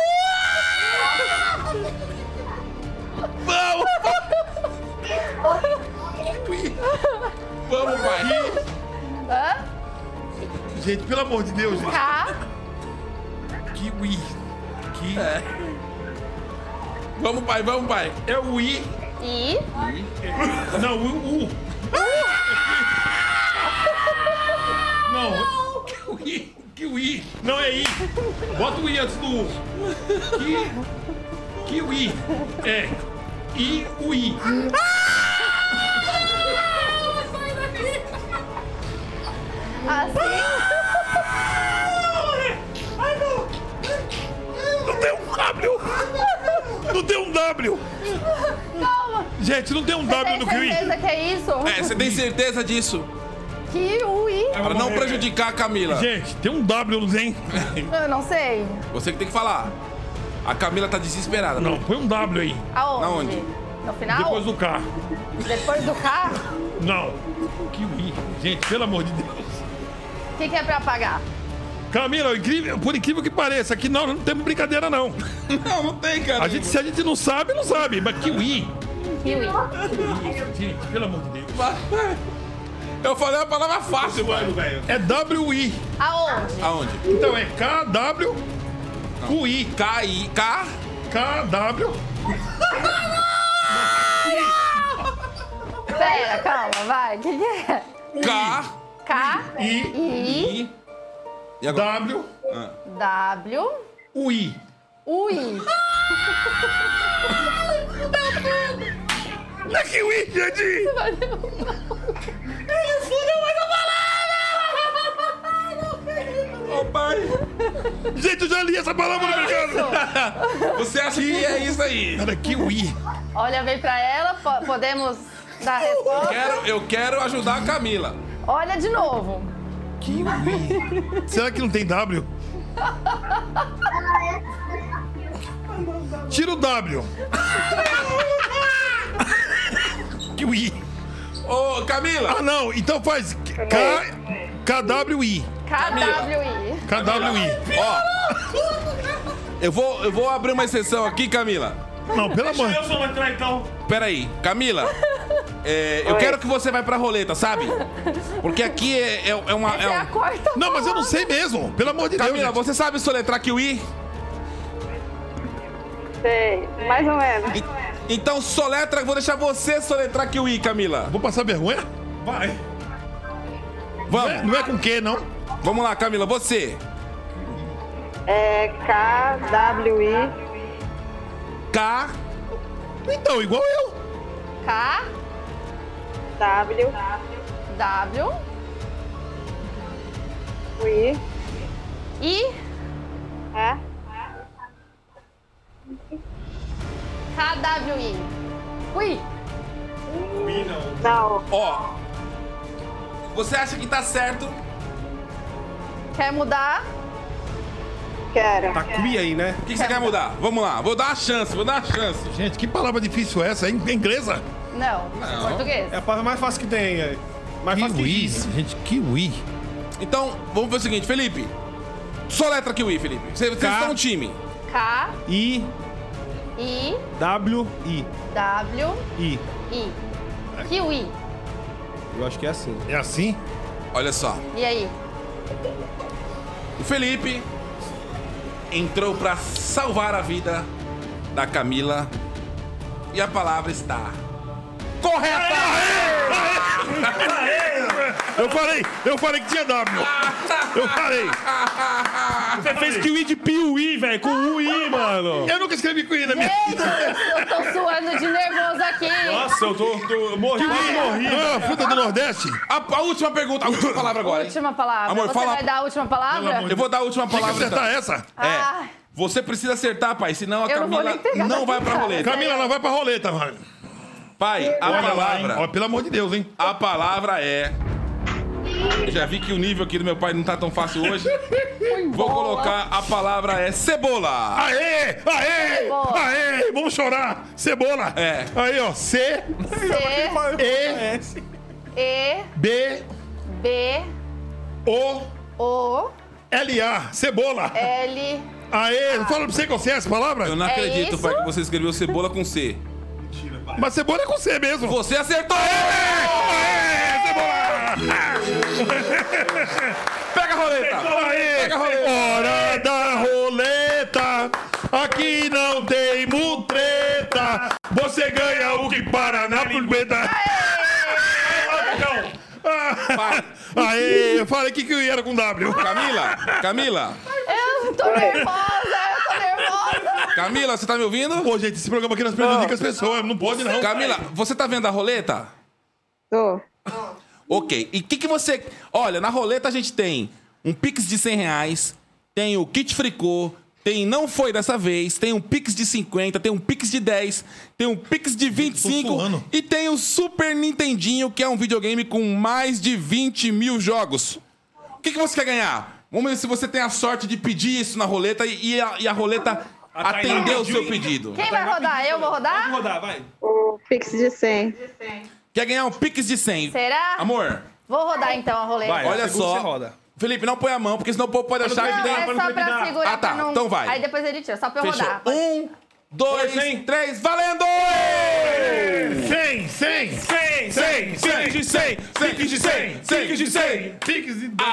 B: Vamos, pai.
A: Hã?
E: Gente, pelo amor de Deus, gente.
A: Tá.
E: Kiwi. Ki.
B: Vamos, pai, vamos, pai.
E: É o I.
A: I.
E: Não, o U. Não. Kiwi. Kiwi. Não é I. Bota o I antes do U. Ki. Kiwi. É. I, o I.
A: Assim.
E: Não tem um W. Não tem um W.
A: Calma.
E: Gente, não tem um W
A: Tem
E: no Kiwi.
A: certeza que é isso?
B: É, você tem certeza disso?
A: Kiwi.
B: Pra não prejudicar a Camila.
E: Gente, tem um W, não tem?
A: Eu não sei.
B: Você que tem que falar. A Camila tá desesperada.
E: Não, põe um W aí.
A: Aonde?
B: Aonde?
A: No final?
E: Depois do K.
A: Depois do K?
E: Não. Kiwi. Gente, pelo amor de Deus.
A: O que, que é pra apagar?
E: Camila, é incrível, por incrível que pareça, aqui nós não temos brincadeira, não.
B: não, não tem, cara.
E: A gente, se a gente não sabe, não sabe. Mas kiwi.
A: Kiwi.
E: Gente, pelo amor de Deus.
B: Eu falei a palavra fácil, mano.
E: É W-I.
A: Aonde?
B: Aonde?
E: Então é K-W.
B: Cui. K-I. K.
E: K-W.
A: Pera, calma, vai. O que, que é?
B: K.
A: K.
E: I.
A: I.
B: I. E agora?
E: W.
B: Ah.
A: W.
E: U-I.
A: Ui.
E: Não é kiwi, Jandir!
B: Ô, pai.
E: Gente, eu já li essa palavra no mercado!
B: Você acha que é isso aí?
E: Cara, kiwi!
A: Olha, vem pra ela, po- podemos dar resposta.
B: Quero- eu quero ajudar a Camila.
A: Olha de novo.
E: Será que não tem W? Tira o W! kiwi!
B: Ô,
E: Ah,
B: Camila.
E: não! Então faz K... KWI.
A: KWI.
E: KWI.
B: Ó. Eu vou, eu vou abrir uma exceção aqui, Camila.
E: Não, pelo amor.
C: Eu sou entrar então.
B: Peraí, Camila. é, eu quero que você vai pra roleta, sabe? Porque aqui é, é, é uma.
A: Essa
B: é
A: é a
B: um-
A: quarta.
E: Não, mas eu não sei mesmo. Pelo amor de Deus.
B: Camila,
E: gente.
B: você sabe soletrar kiwi?
N: Sei, mais ou menos.
B: E- Então soletra, vou deixar você soletrar kiwi, Camila.
E: Vou passar vergonha?
C: Vai.
E: Não é,
B: Vamos,
E: não é com Q, não.
B: vamos lá, Camila, você.
N: É K-W-I.
B: K.
E: Então, igual eu.
A: K,
N: W.
A: W,
N: I.
A: I,
N: É.
A: KWI. Ui.
N: Não.
B: Ó. Você acha que tá certo?
A: Quer mudar?
N: Quero.
C: Tá
A: É.
C: cuia aí, né?
B: O que, que você quer mudar? Vamos lá, vou dar uma chance, vou dar uma chance.
E: Gente, que palavra difícil é essa? É in- é inglesa?
A: Não.
B: Não.
A: Português.
C: É a palavra mais fácil que tem aí. Mais fácil que
E: Kiwi.
C: giz.
E: Gente, kiwi.
B: Então, vamos ver o seguinte, Felipe. Soletra kiwi, Felipe. Vocês vocês
E: Tá.
P: K.
B: são um time.
A: K,
P: I,
A: I,
P: W, I.
A: W,
P: I.
A: I. Kiwi.
C: Eu acho que é assim.
E: É assim?
B: Olha só.
A: E aí?
B: O Felipe entrou pra salvar a vida da Camila. E a palavra está correta!
E: Eu falei, eu falei que tinha W. Eu falei.
C: Você fez kiwi de piuí, velho, com UI, mano.
E: Eu nunca escrevi kiwi na minha
A: Ei, eu tô suando de nervoso aqui.
C: Nossa, eu tô, tô eu morri, quase morri.
E: Não é uma fruta do Nordeste?
B: A, a última pergunta, a última palavra agora. hein?
A: Última palavra.
B: Amor,
A: Você
B: fala-
A: vai dar a última
E: Pelo
A: palavra?
E: amor
B: Eu vou dar a última
E: Tem que
B: palavra.
E: acertar
B: Então.
E: essa.
A: Ah.
B: É. Você precisa acertar, pai, senão a
A: Eu não vou
B: Camila
A: nem pegar
B: não
A: na
B: vai pra
A: cara.
B: roleta.
E: Camila, não vai pra roleta, mano.
B: Pai, a palavra.
E: Ó, pelo amor de Deus, hein?
B: A palavra é. Eu já vi que o nível aqui do meu pai não tá tão fácil hoje. Vou colocar a palavra é cebola.
E: Aê! Aê!
A: Cebola.
E: Aê! Vamos chorar! Cebola!
B: É.
E: Aí, ó. C,
A: C,
E: E,
A: E,
E: B,
A: B,
E: O,
A: O,
E: L, A. Cebola!
A: É. L.
E: Aê! Fala pra você que eu sei essa palavra?
B: Eu não
A: É
B: acredito,
A: isso?
B: pai, que você escreveu cebola com C.
E: Mas cebola é com C mesmo.
B: Você acertou!
E: Aê! Cebola!
B: Pega a roleta!
E: Aê! Hora da roleta! Aqui não tem mutreta! Você ganha o que para na pulpeta! Aê! Eu falei que que era com W.
B: Camila, Camila,
A: Eu tô nervosa, eu tô nervosa.
B: Camila, você tá me ouvindo?
E: Pô, gente, esse programa aqui nós prejudicamos as pessoas. Não pode, não.
B: Camila, você tá vendo a roleta?
N: Tô.
B: Ok. E o que, que você. Olha, na roleta a gente tem um Pix de 100 reais, tem o kit fricô, tem não foi dessa vez, tem um Pix de 50, tem um Pix de 10, tem um Pix de 25
E: suando.
B: e tem o Super Nintendinho, que é um videogame com mais de 20 mil jogos. O que, que você quer ganhar? Vamos ver se você tem a sorte de pedir isso na roleta e, e a, e a roleta
C: Tainá
B: atender o
C: pediu,
B: seu
C: hein?
B: pedido.
A: Quem vai rodar? Eu vou
C: Pode
A: rodar?
C: rodar, vai.
N: O Pix de 100.
B: Quer ganhar um Pix de 100.
A: Será?
B: Amor,
A: Vou rodar então a roleta.
C: Vai.
B: olha
C: segura,
B: só.
C: você roda.
B: Felipe, não põe a mão, porque senão o povo pode achar que
A: Não,
B: tem...
A: é
C: pra não
A: só pra
C: terminar.
A: segurar.
B: Ah, tá,
A: pra não-
B: então vai.
A: Aí depois ele tira, só pra eu
B: Fechou.
A: rodar.
B: Um, dois,
C: Dois, hein?
B: três, valendo!
E: 100, 100, 100, 100, 100, 100, de 100, piques de 100, piques de 100, piques de 10.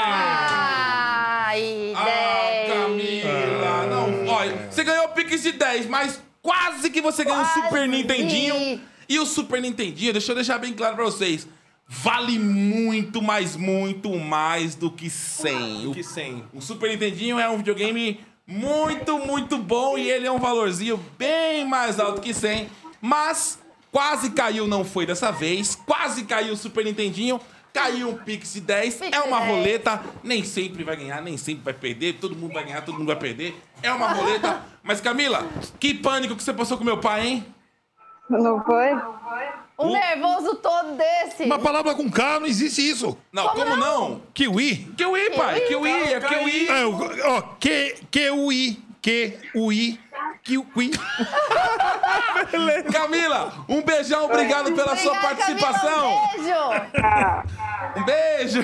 N: Ai,
B: Ah, Camila, não. Olha, você ganhou piques de 10, mas quase que você ganhou o Super Nintendinho. E o Super Nintendinho, deixa eu deixar bem claro pra vocês. Vale muito, mas muito mais do que 100. Do que 100. O Super Nintendinho é um videogame muito, muito bom e ele é um valorzinho bem mais alto que 100. Mas quase caiu, não foi dessa vez. Quase caiu o Super Nintendinho. Caiu um Pix de 10. é uma
E: de 10.
B: roleta roleta, nem sempre vai ganhar, nem sempre vai perder, todo mundo vai ganhar, todo mundo vai perder. É uma roleta. Mas Camila, que pânico que você passou com meu pai, hein?
I: Não foi?
N: O
A: Um
N: nervoso todo desse.
D: Uma palavra com K, não existe isso.
B: Não, como, não?
D: Kiwi?
B: Kiwi, pai, Kiwi, é Kiwi.
D: É, o- ó, que, Kiwi, Kiwi, Kiwi.
B: Camila, um beijão, obrigado pela sua participação. Um beijo.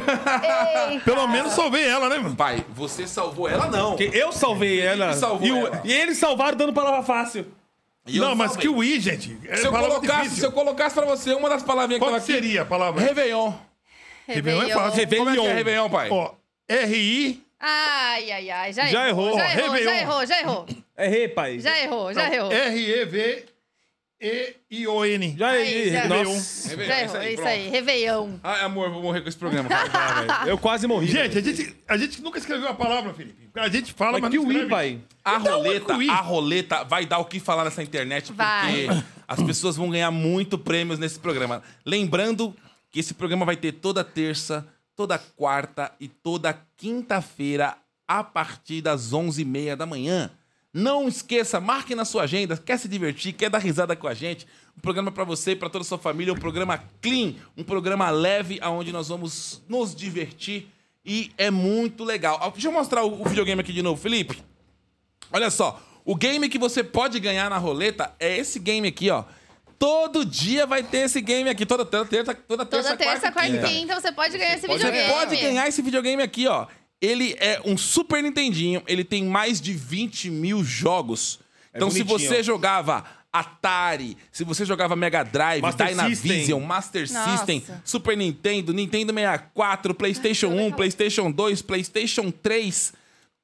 E: Pelo menos salvei ela, né, mano?
B: Pai, você salvou ela, não.
C: Que Eu salvei ela.
B: salvou
C: e, o-
B: ela.
C: e eles salvaram dando palavra fácil.
B: E eu
D: não, mas
B: salvei.
D: Kiwi, gente. É
B: Se eu,
D: palavra
B: colocasse,
D: difícil.
B: se eu colocasse pra você uma das palavrinhas
D: Qual
B: que
D: que
B: ela aqui-
D: seria a palavra?
B: Réveillon.
D: Réveillon é fácil.
B: Como é que é Réveillon, pai?
D: Ó, R-I.
A: Ai, ai, ai, já,
C: Já
A: errou.
C: errou,
A: Já errou,
D: Réveillon.
A: já errou, já errou.
C: Errei, pai.
A: Já é. errou, já
D: não,
A: errou.
E: É,
D: R-E-V-E-I-O-N.
B: é
C: Já errei.
A: já-
C: Nossa.
B: Réveillon,
A: Já errou, é isso
B: pronto.
A: aí. Réveillon.
B: Ai, amor, vou morrer com esse programa. pai.
C: Eu quase morri.
D: Gente, a gente, a gente nunca escreveu a palavra, Felipe. A gente fala,
C: Mas
D: mas, não
C: kiwi,
D: escreve.
C: pai.
B: A
D: Então,
B: roleta,
D: Macuí.
B: a roleta vai dar o que falar nessa internet,
A: Vai.
B: porque as pessoas vão ganhar muito prêmios nesse programa. Lembrando que esse programa vai ter toda terça, toda quarta e toda quinta-feira, a partir das 11h30 da manhã. Não esqueça, marque na sua agenda, quer se divertir, quer dar risada com a gente. Um programa pra você e pra toda a sua família, um programa clean, um programa leve, aonde nós vamos nos divertir e é muito legal. Ah, Deixa eu mostrar o o videogame aqui de novo, Felipe. Olha só, o game que você pode ganhar na roleta é esse game aqui, ó. Todo dia vai ter esse game aqui, toda toda terça, toda terça,
A: Toda terça, quarta e quinta você pode ganhar esse
B: Você
A: videogame.
B: pode ganhar esse videogame aqui, ó. Ele é um Super Nintendinho, ele tem mais de 20 mil jogos. então, se
C: É bonitinho.
B: você jogava Atari, se você jogava Mega Drive,
C: Master
B: Dynavision,
C: System.
B: Master
A: Nossa.
B: System, Super Nintendo, Nintendo 64, PlayStation 1, PlayStation 2, PlayStation 3.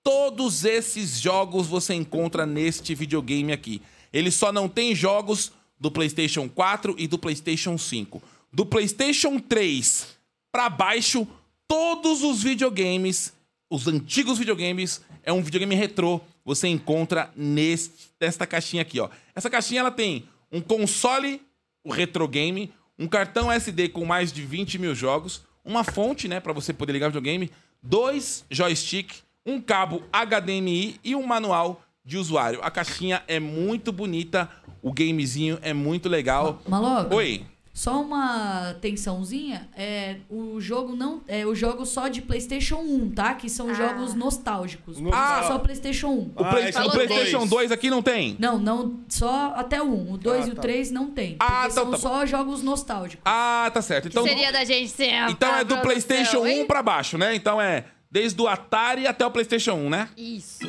B: Todos esses jogos você encontra neste videogame aqui. Ele só não tem jogos do PlayStation 4 e do PlayStation 5. Do PlayStation 3 pra baixo, todos os videogames, os antigos videogames, é um videogame retrô, você encontra neste, nesta caixinha aqui, ó. Essa caixinha ela tem um console o retro game, um cartão SD com mais de 20 mil jogos, uma fonte, né, para você poder ligar o videogame, dois joystick, um cabo HDMI e um manual de usuário. A caixinha é muito bonita, o gamezinho é muito legal.
G: Maloca?
B: Oi.
G: Só uma tensãozinha, é, o jogo não é o jogo só de PlayStation 1, tá? Que
A: Ah.
G: são jogos nostálgicos.
B: Ah.
G: Só PlayStation 1.
B: O, Play-
A: falou
B: o PlaySatation
C: dois.
B: 2 aqui não tem?
G: Não, não, só até o 1. O 2 e o 3 não tem.
B: Ah, então
G: porque são
B: tá bom.
G: só jogos nostálgicos.
B: Ah, tá certo. Então,
A: Seria da gente ser. a-
B: então é
A: a
B: do
A: produção,
B: PlayStation 1
A: hein?
B: pra baixo, né? Então é desde o Atari até o PlayStation 1, né?
A: Isso.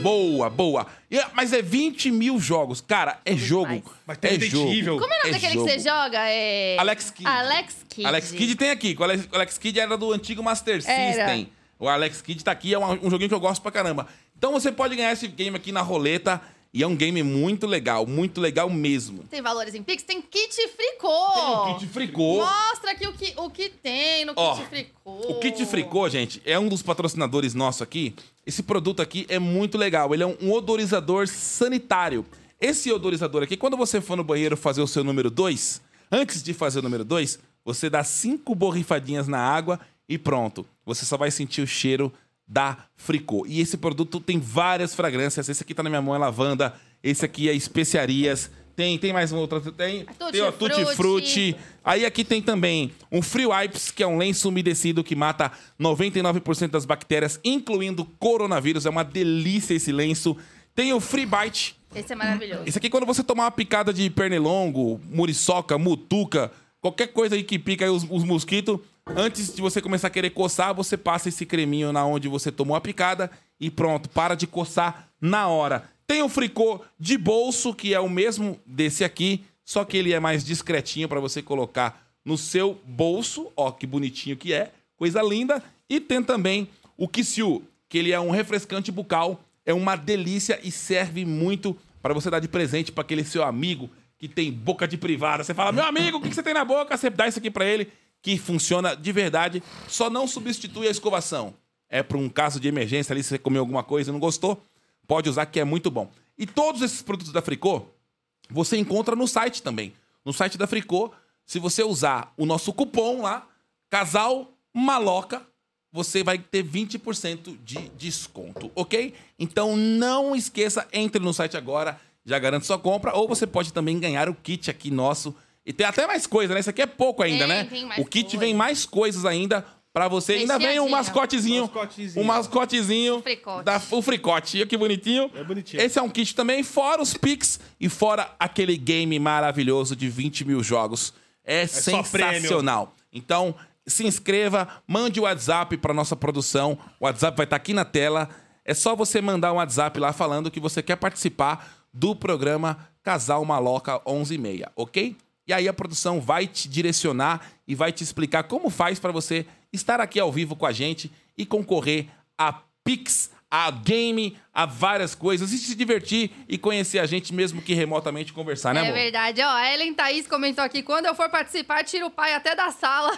B: Boa, boa. E- mas é 20 mil jogos. Cara, é jogo.
C: Mas tem
B: É
C: Resident
B: jogo.
C: Evil.
A: Como é o nome
B: É
A: daquele
B: jogo.
A: que você joga? É...
B: Alex Kidd.
A: Alex Kidd.
B: Alex Kidd tem aqui. O Alex, o Alex Kidd era do antigo Master
A: Era.
B: System. O Alex Kidd tá aqui, é um, um joguinho que eu gosto pra caramba. Então você pode ganhar esse game aqui na roleta. E é um game muito legal, muito legal mesmo.
A: Tem valores em Pix, tem kit fricô.
C: um
B: O Kit Fricô.
A: Mostra aqui o que, o que tem no
B: Ó,
A: kit fricô.
B: O Kit Fricô, gente, é um dos patrocinadores nosso aqui. Esse produto aqui é muito legal. Ele é um odorizador sanitário. Esse odorizador aqui, quando você for no banheiro fazer o seu número 2, antes de fazer o número 2, você dá cinco borrifadinhas na água e pronto. Você só vai sentir o cheiro da Fricô. E esse produto tem várias fragrâncias. Esse aqui tá na minha mão, é lavanda. Esse aqui é especiarias. Tem, tem mais uma outra. Tem,
A: Tutti
B: tem ó, Tutti
A: Frutti.
B: Frutti. Aí aqui tem também um Free Wipes, que é um lenço umedecido que mata 99% das bactérias, incluindo coronavírus. É uma delícia esse lenço. Tem o Free Bite.
A: Esse é maravilhoso.
B: Esse aqui, quando você tomar uma picada de pernilongo, muriçoca, mutuca, qualquer coisa aí que pica aí os, os mosquitos, antes de você começar a querer coçar, você passa esse creminho na onde você tomou a picada e pronto, para de um coçar na hora. Tem o fricô de bolso, que é o mesmo desse aqui, só que ele é mais discretinho para você colocar no seu bolso. Ó, que bonitinho que é, coisa linda. E tem também o Kissiu, que ele é um refrescante bucal, é uma delícia e serve muito para você dar de presente para aquele seu amigo que tem boca de privada. Você fala, meu amigo, o que que você tem na boca? Você dá isso aqui para ele, que funciona de verdade. Só não substitui a escovação. É para um caso de emergência ali, se você comeu alguma coisa e não gostou, pode usar que é muito bom. E todos esses produtos da Fricô, você encontra no site também. No site da Fricô, se você usar o nosso cupom lá, casal maloca, você vai ter 20% de desconto, ok? Então não esqueça, entre no site agora, já garante sua compra, ou você pode também ganhar o kit aqui nosso. E tem até mais coisa, né? Isso aqui é pouco ainda,
A: Tem,
B: né?
A: tem mais
B: o kit
A: coisa.
B: vem mais coisas ainda pra você. Ainda vem um
A: Recheadinho.
B: mascotezinho.
C: Mascotezinho.
B: Um mascotezinho.
A: Fricote.
B: Da, o fricote. Olha que bonitinho. É bonitinho. Esse é um kit também, fora os Pix e fora aquele game maravilhoso de 20 mil jogos. É,
C: só prêmio.
B: sensacional. Então, se inscreva, mande o WhatsApp para nossa produção. O WhatsApp vai estar aqui na tela. É só você mandar um WhatsApp lá falando que você quer participar do programa Casal Maloca 11:30, ok? E aí a produção vai te direcionar e vai te explicar como faz para você estar aqui ao vivo com a gente e concorrer a Pix, a game, a várias coisas e se divertir e conhecer a gente mesmo que remotamente conversar, né,
A: é
B: amor?
A: verdade. Ó, a Ellen Thaís comentou aqui: quando eu for participar, tira o pai até da sala.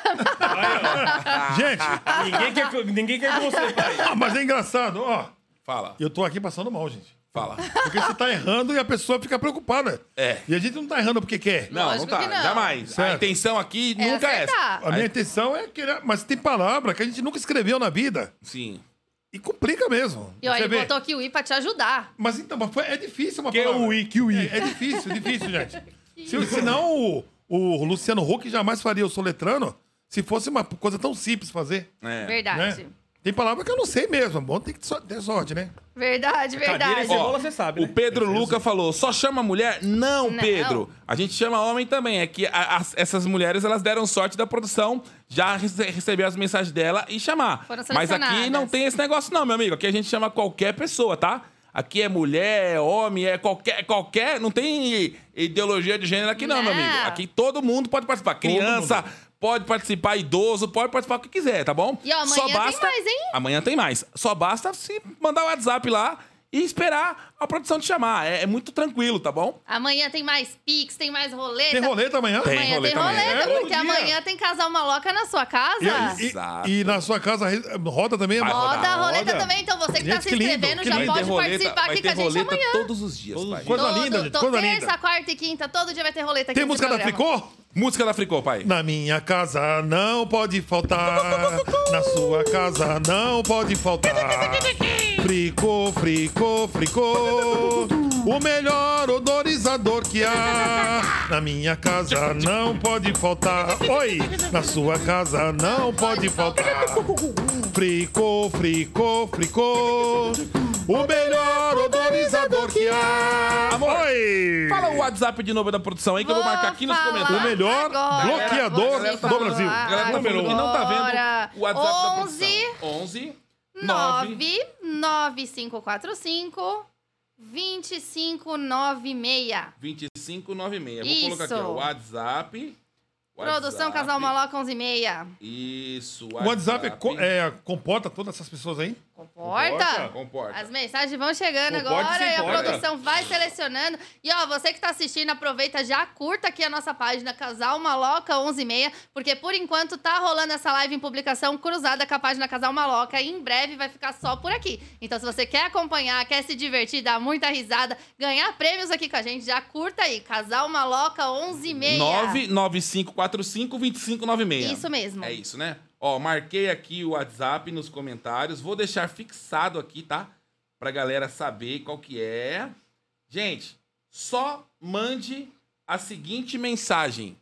Q: Gente, ninguém quer, que- ninguém quer que você pai.
E: Ah, mas é engraçado, ó.
B: Fala.
E: Eu tô aqui passando mal, gente.
B: Fala.
E: Porque você tá errando e a pessoa fica preocupada.
B: É.
E: E a gente não tá errando porque quer.
B: Não,
A: Lógico
B: não tá.
A: que não.
B: Jamais. A
E: Certo.
B: intenção aqui
A: É
B: nunca é
A: acertar.
B: essa.
E: A minha intenção é querer. Mas tem palavra que a gente nunca escreveu na vida.
B: Sim.
E: E complica mesmo.
A: E ó,
E: Você
A: ele
E: vê.
A: botou aqui o I pra te ajudar.
E: Mas então, mas foi- é difícil uma palavra.
Q: Kiwi,
E: É,
Q: kiwi.
E: é difícil, difícil, gente. Se, senão o, o Luciano Huck jamais faria o soletrano se fosse uma coisa tão simples fazer.
B: É.
A: Verdade.
E: né? Tem palavra que eu não sei mesmo. Bom, tem que so- ter sorte, né?
A: Verdade,
C: Cadeira e
A: verdade.
C: cebola, você sabe,
B: O
C: né?
B: Pedro Luca falou, só chama mulher? Não,
A: Não.
B: Pedro. A gente chama homem também. É que a- as- essas mulheres, elas deram sorte da produção já rece receber as mensagens dela e chamar.
A: Foram
B: Mas aqui
A: selecionadas.
B: não tem esse negócio não, meu amigo. Aqui a gente chama qualquer pessoa, tá? Aqui é mulher, é homem, é qualquer... qualquer não tem ideologia de gênero aqui não, meu
A: Não.
B: amigo. Aqui todo mundo pode participar. Criança... Pode participar, idoso, pode participar o que quiser, tá bom?
A: E, ó, amanhã
B: Só
A: tem
B: basta...
A: mais, hein?
B: Amanhã tem mais. Só basta se mandar o WhatsApp lá e esperar a produção te chamar. É, é muito tranquilo, tá bom?
A: Amanhã tem mais Pix, tem mais roleta.
E: Tem roleta amanhã?
B: Tem.
A: Amanhã tem
B: roleta amanhã.
A: roleta,
E: É, todo
A: porque
E: dia.
A: amanhã tem casal maloca na sua
E: E,
A: casa.
E: e-
B: Exato.
E: e na sua casa re- roda também?
B: Vai
E: amor?
A: Roda a roleta
Q: roda.
A: também, então você que tá
E: Gente,
A: se
E: que lindo,
A: inscrevendo
E: que
A: já
E: lindo.
A: pode
B: roleta,
A: participar
B: vai
A: aqui
B: ter
A: com a gente
B: roleta
A: amanhã.
B: todos os dias,
C: Todos
B: pai.
C: os
E: Coisa linda, gente,
A: todo,
E: coisa
A: terça,
E: linda.
A: quarta e quinta, todo dia vai ter roleta aqui nesse
E: Tem música da
A: programa.
E: Fricô?
B: Música da Fricô, pai.
E: Na minha casa não pode faltar. Na sua casa não pode faltar. Fricô, fricô, fricô. O melhor odorizador que há. Na minha casa não pode faltar. Oi! Na sua casa não pode faltar. Fricô, fricô, fricô. O melhor odorizador que há. Oi!
B: Fala o WhatsApp de novo da produção aí que eu vou marcar aqui nos
A: Vou falar
B: comentários.
E: O melhor
A: agora,
E: bloqueador
A: você
E: do Brasil.
A: falar
B: A galera tá falando que não
A: agora.
B: tá vendo o WhatsApp da
A: 11
B: produção. 11 9
A: 9 9545 2596.
B: 2596. Vou
A: Isso.
B: colocar aqui, ó. WhatsApp.
A: Produção
B: WhatsApp.
A: Casal Maloca 11 e meia.
B: Isso.
E: O WhatsApp é co- é, comporta todas essas pessoas aí?
A: Comporta.
B: Comporta.
A: As mensagens vão chegando
C: Comporta e
A: agora
C: se
A: e a
C: importa.
A: produção vai selecionando. E ó, você que tá assistindo, aproveita, já curta aqui a nossa página Casal Maloca 11h30, porque por enquanto tá rolando essa live em publicação cruzada com a página Casal Maloca e em breve vai ficar só por aqui. Então se você quer acompanhar, quer se divertir, dar muita risada, ganhar prêmios aqui com a gente, já curta aí, Casal Maloca 11h30.
B: 995452596.
A: Isso mesmo.
B: É isso, né? Ó, marquei aqui o WhatsApp nos comentários. Vou deixar fixado aqui, tá? Pra galera saber qual que é. Gente, só mande a seguinte mensagem.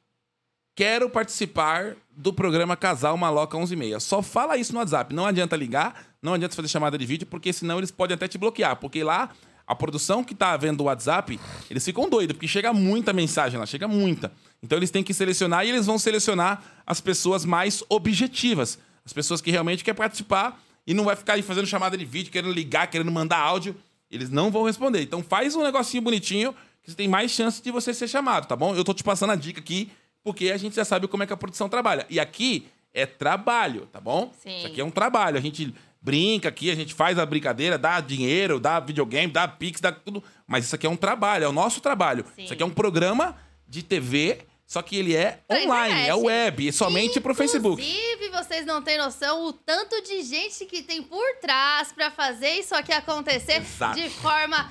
B: Quero participar do programa Casal Maloca 11h30. Só fala isso no WhatsApp. Não adianta ligar, não adianta fazer chamada de vídeo, porque senão eles podem até te bloquear. Porque lá, a produção que tá vendo o WhatsApp, eles ficam doidos, porque chega muita mensagem lá, chega muita. Então eles têm que selecionar e eles vão selecionar as pessoas mais objetivas. As pessoas que realmente querem participar e não vai ficar aí fazendo chamada de vídeo, querendo ligar, querendo mandar áudio. Eles não vão responder. Então faz um negocinho bonitinho, que você tem mais chance de você ser chamado, tá bom? Eu tô te passando a dica aqui, porque a gente já sabe como é que a produção trabalha. E aqui é trabalho, tá bom?
A: Sim.
B: Isso aqui é um trabalho. A gente brinca aqui, a gente faz a brincadeira, dá dinheiro, dá videogame, dá pix, dá tudo. Mas isso aqui é um trabalho, é o nosso trabalho.
A: Sim.
B: Isso aqui é um programa de TV, só que ele é
A: Pra
B: online,
A: internet.
B: é web, é somente pro Facebook.
A: Inclusive, vocês não têm noção o tanto de gente que tem por trás pra fazer isso aqui acontecer
B: Exato.
A: de forma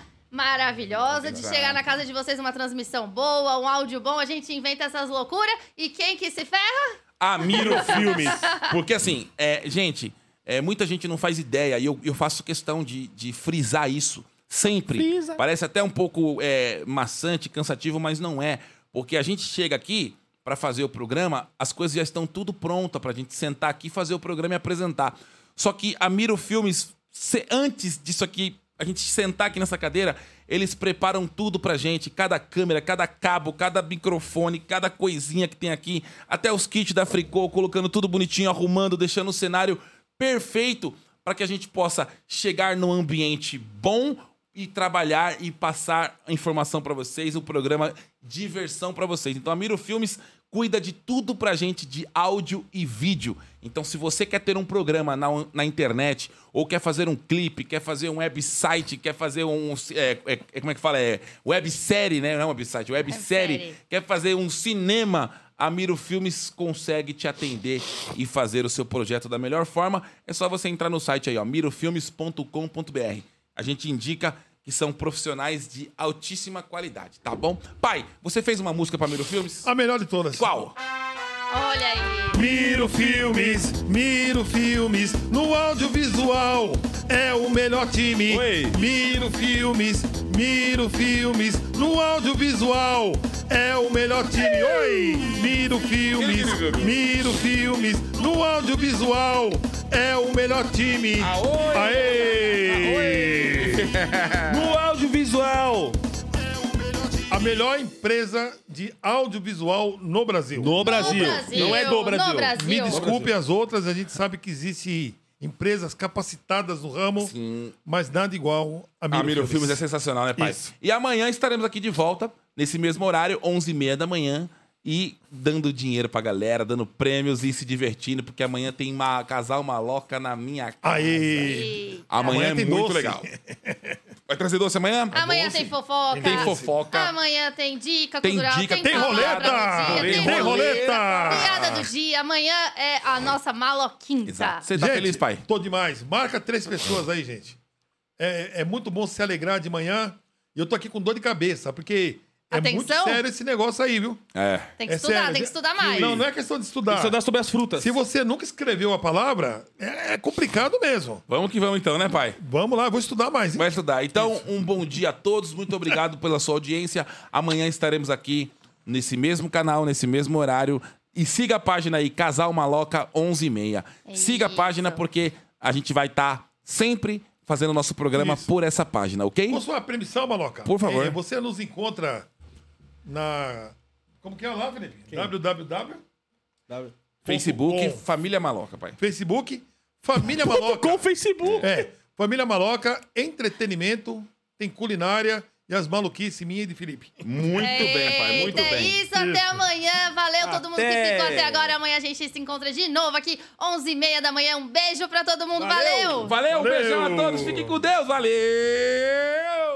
A: maravilhosa, de
B: Exato.
A: chegar na casa de vocês uma transmissão boa, um áudio bom, a gente inventa essas loucuras e quem que se ferra?
B: Amiro Filmes. Porque assim, é, gente, é, muita gente não faz ideia e eu, eu faço questão de, de frisar isso sempre.
C: Frisa.
B: Parece até um pouco é, maçante, cansativo, mas não é. Porque a gente chega aqui pra fazer o programa, as coisas já estão tudo pronta pra gente sentar aqui, fazer o programa e apresentar. Só que a Miro Filmes, se- antes disso aqui, a gente sentar aqui nessa cadeira, eles preparam tudo pra gente, cada câmera, cada cabo, cada microfone, cada coisinha que tem aqui, até os kits da Fricô, colocando tudo bonitinho, arrumando, deixando o cenário perfeito pra que a gente possa chegar num ambiente bom, e trabalhar e passar a informação pra vocês, o programa diversão pra vocês. Então a Miro Filmes cuida de tudo pra gente de áudio e vídeo. Então se você quer ter um programa na, na internet ou quer fazer um clipe, quer fazer um website, quer fazer um é, é, é, como é que fala, é websérie, né? Não é website, websérie.
A: Websérie.
B: Quer fazer um cinema? A Miro Filmes consegue te atender e fazer o seu projeto da melhor forma. É só você entrar no site aí, ó, mirofilmes.com.br. A gente indica que são profissionais de altíssima qualidade, tá bom? Pai, você fez uma música pra Miro Filmes?
E: A melhor de todas.
B: Qual?
A: Olha aí.
E: Miro Filmes, Miro Filmes, no audiovisual é o melhor time.
R: Oi.
E: Miro Filmes, Miro Filmes, no audiovisual é o melhor time. Oi! Miro Filmes, Miro Filmes, no audiovisual é o melhor time.
R: Aoi.
E: Aê!
C: No audiovisual.
E: A melhor empresa de audiovisual no Brasil.
C: No Brasil.
A: Brasil.
C: Não é do
A: No
C: Brasil.
A: Brasil.
E: Me desculpe as outras, a gente sabe que existe empresas capacitadas no ramo, mas nada igual a Ah, Miro,
B: A Miro Filmes é
E: Filmes.
B: sensacional, né, pai?
E: Isso.
B: E amanhã estaremos aqui de volta, nesse mesmo horário, 11h30 da manhã, e dando dinheiro pra galera, dando prêmios e se divertindo, porque amanhã tem uma casal maloca na minha casa.
E: Aê!
B: Amanhã,
E: Amanhã
B: é
E: tem
B: muito
E: doce.
B: legal. Vai trazer doce amanhã?
A: Amanhã tem fofoca.
B: Tem fofoca.
A: Amanhã tem dica
B: Tem
A: cultural.
B: dica,
E: Tem
A: palavra
E: roleta!
A: do dia,
E: Tem roleta!
A: Piada do dia. Amanhã é a nossa maloquinta.
B: Exato. Você tá
E: Gente,
B: feliz, pai?
E: Tô demais. Marca três pessoas aí, gente. É, é muito bom se alegrar de manhã. E eu tô aqui com dor de cabeça, porque é muito
A: Atenção.
E: sério esse negócio aí, viu?
B: É.
A: Tem que
E: É
A: estudar,
E: sério.
A: tem que estudar mais.
E: Não, não é questão de estudar.
C: Isso dá sobre as frutas.
E: Se você nunca escreveu a palavra, é, é complicado mesmo.
B: Vamos que vamos então, né, pai?
E: Vamos lá, eu vou estudar mais. hein?
B: Vai estudar. Então, um bom dia a todos. Muito obrigado pela sua audiência. Amanhã estaremos aqui nesse mesmo canal, nesse mesmo horário. E siga a página aí, Casal Maloca 11h30. Siga a página porque a gente vai estar sempre fazendo nosso programa
E: Isso.
B: por essa página, ok?
E: Posso uma permissão, Maloca?
B: Por favor.
E: É, você nos encontra na. Como que é lá, Felipe? www.
B: Facebook,
E: Bom.
B: Família Maloca, pai.
E: Facebook. Família Maloca.
C: Com o Facebook.
E: É. Família Maloca, entretenimento, tem culinária e as maluquices minha e de Felipe.
B: Muito bem, pai. Muito
A: Eita, é
B: bem.
A: isso, até amanhã. Valeu todo mundo que
C: Até.
A: ficou até agora. Amanhã a gente se encontra de novo aqui, 11h30 da manhã. Um beijo pra todo mundo. Valeu!
B: Valeu, um beijão a todos. Fiquem com Deus. Valeu!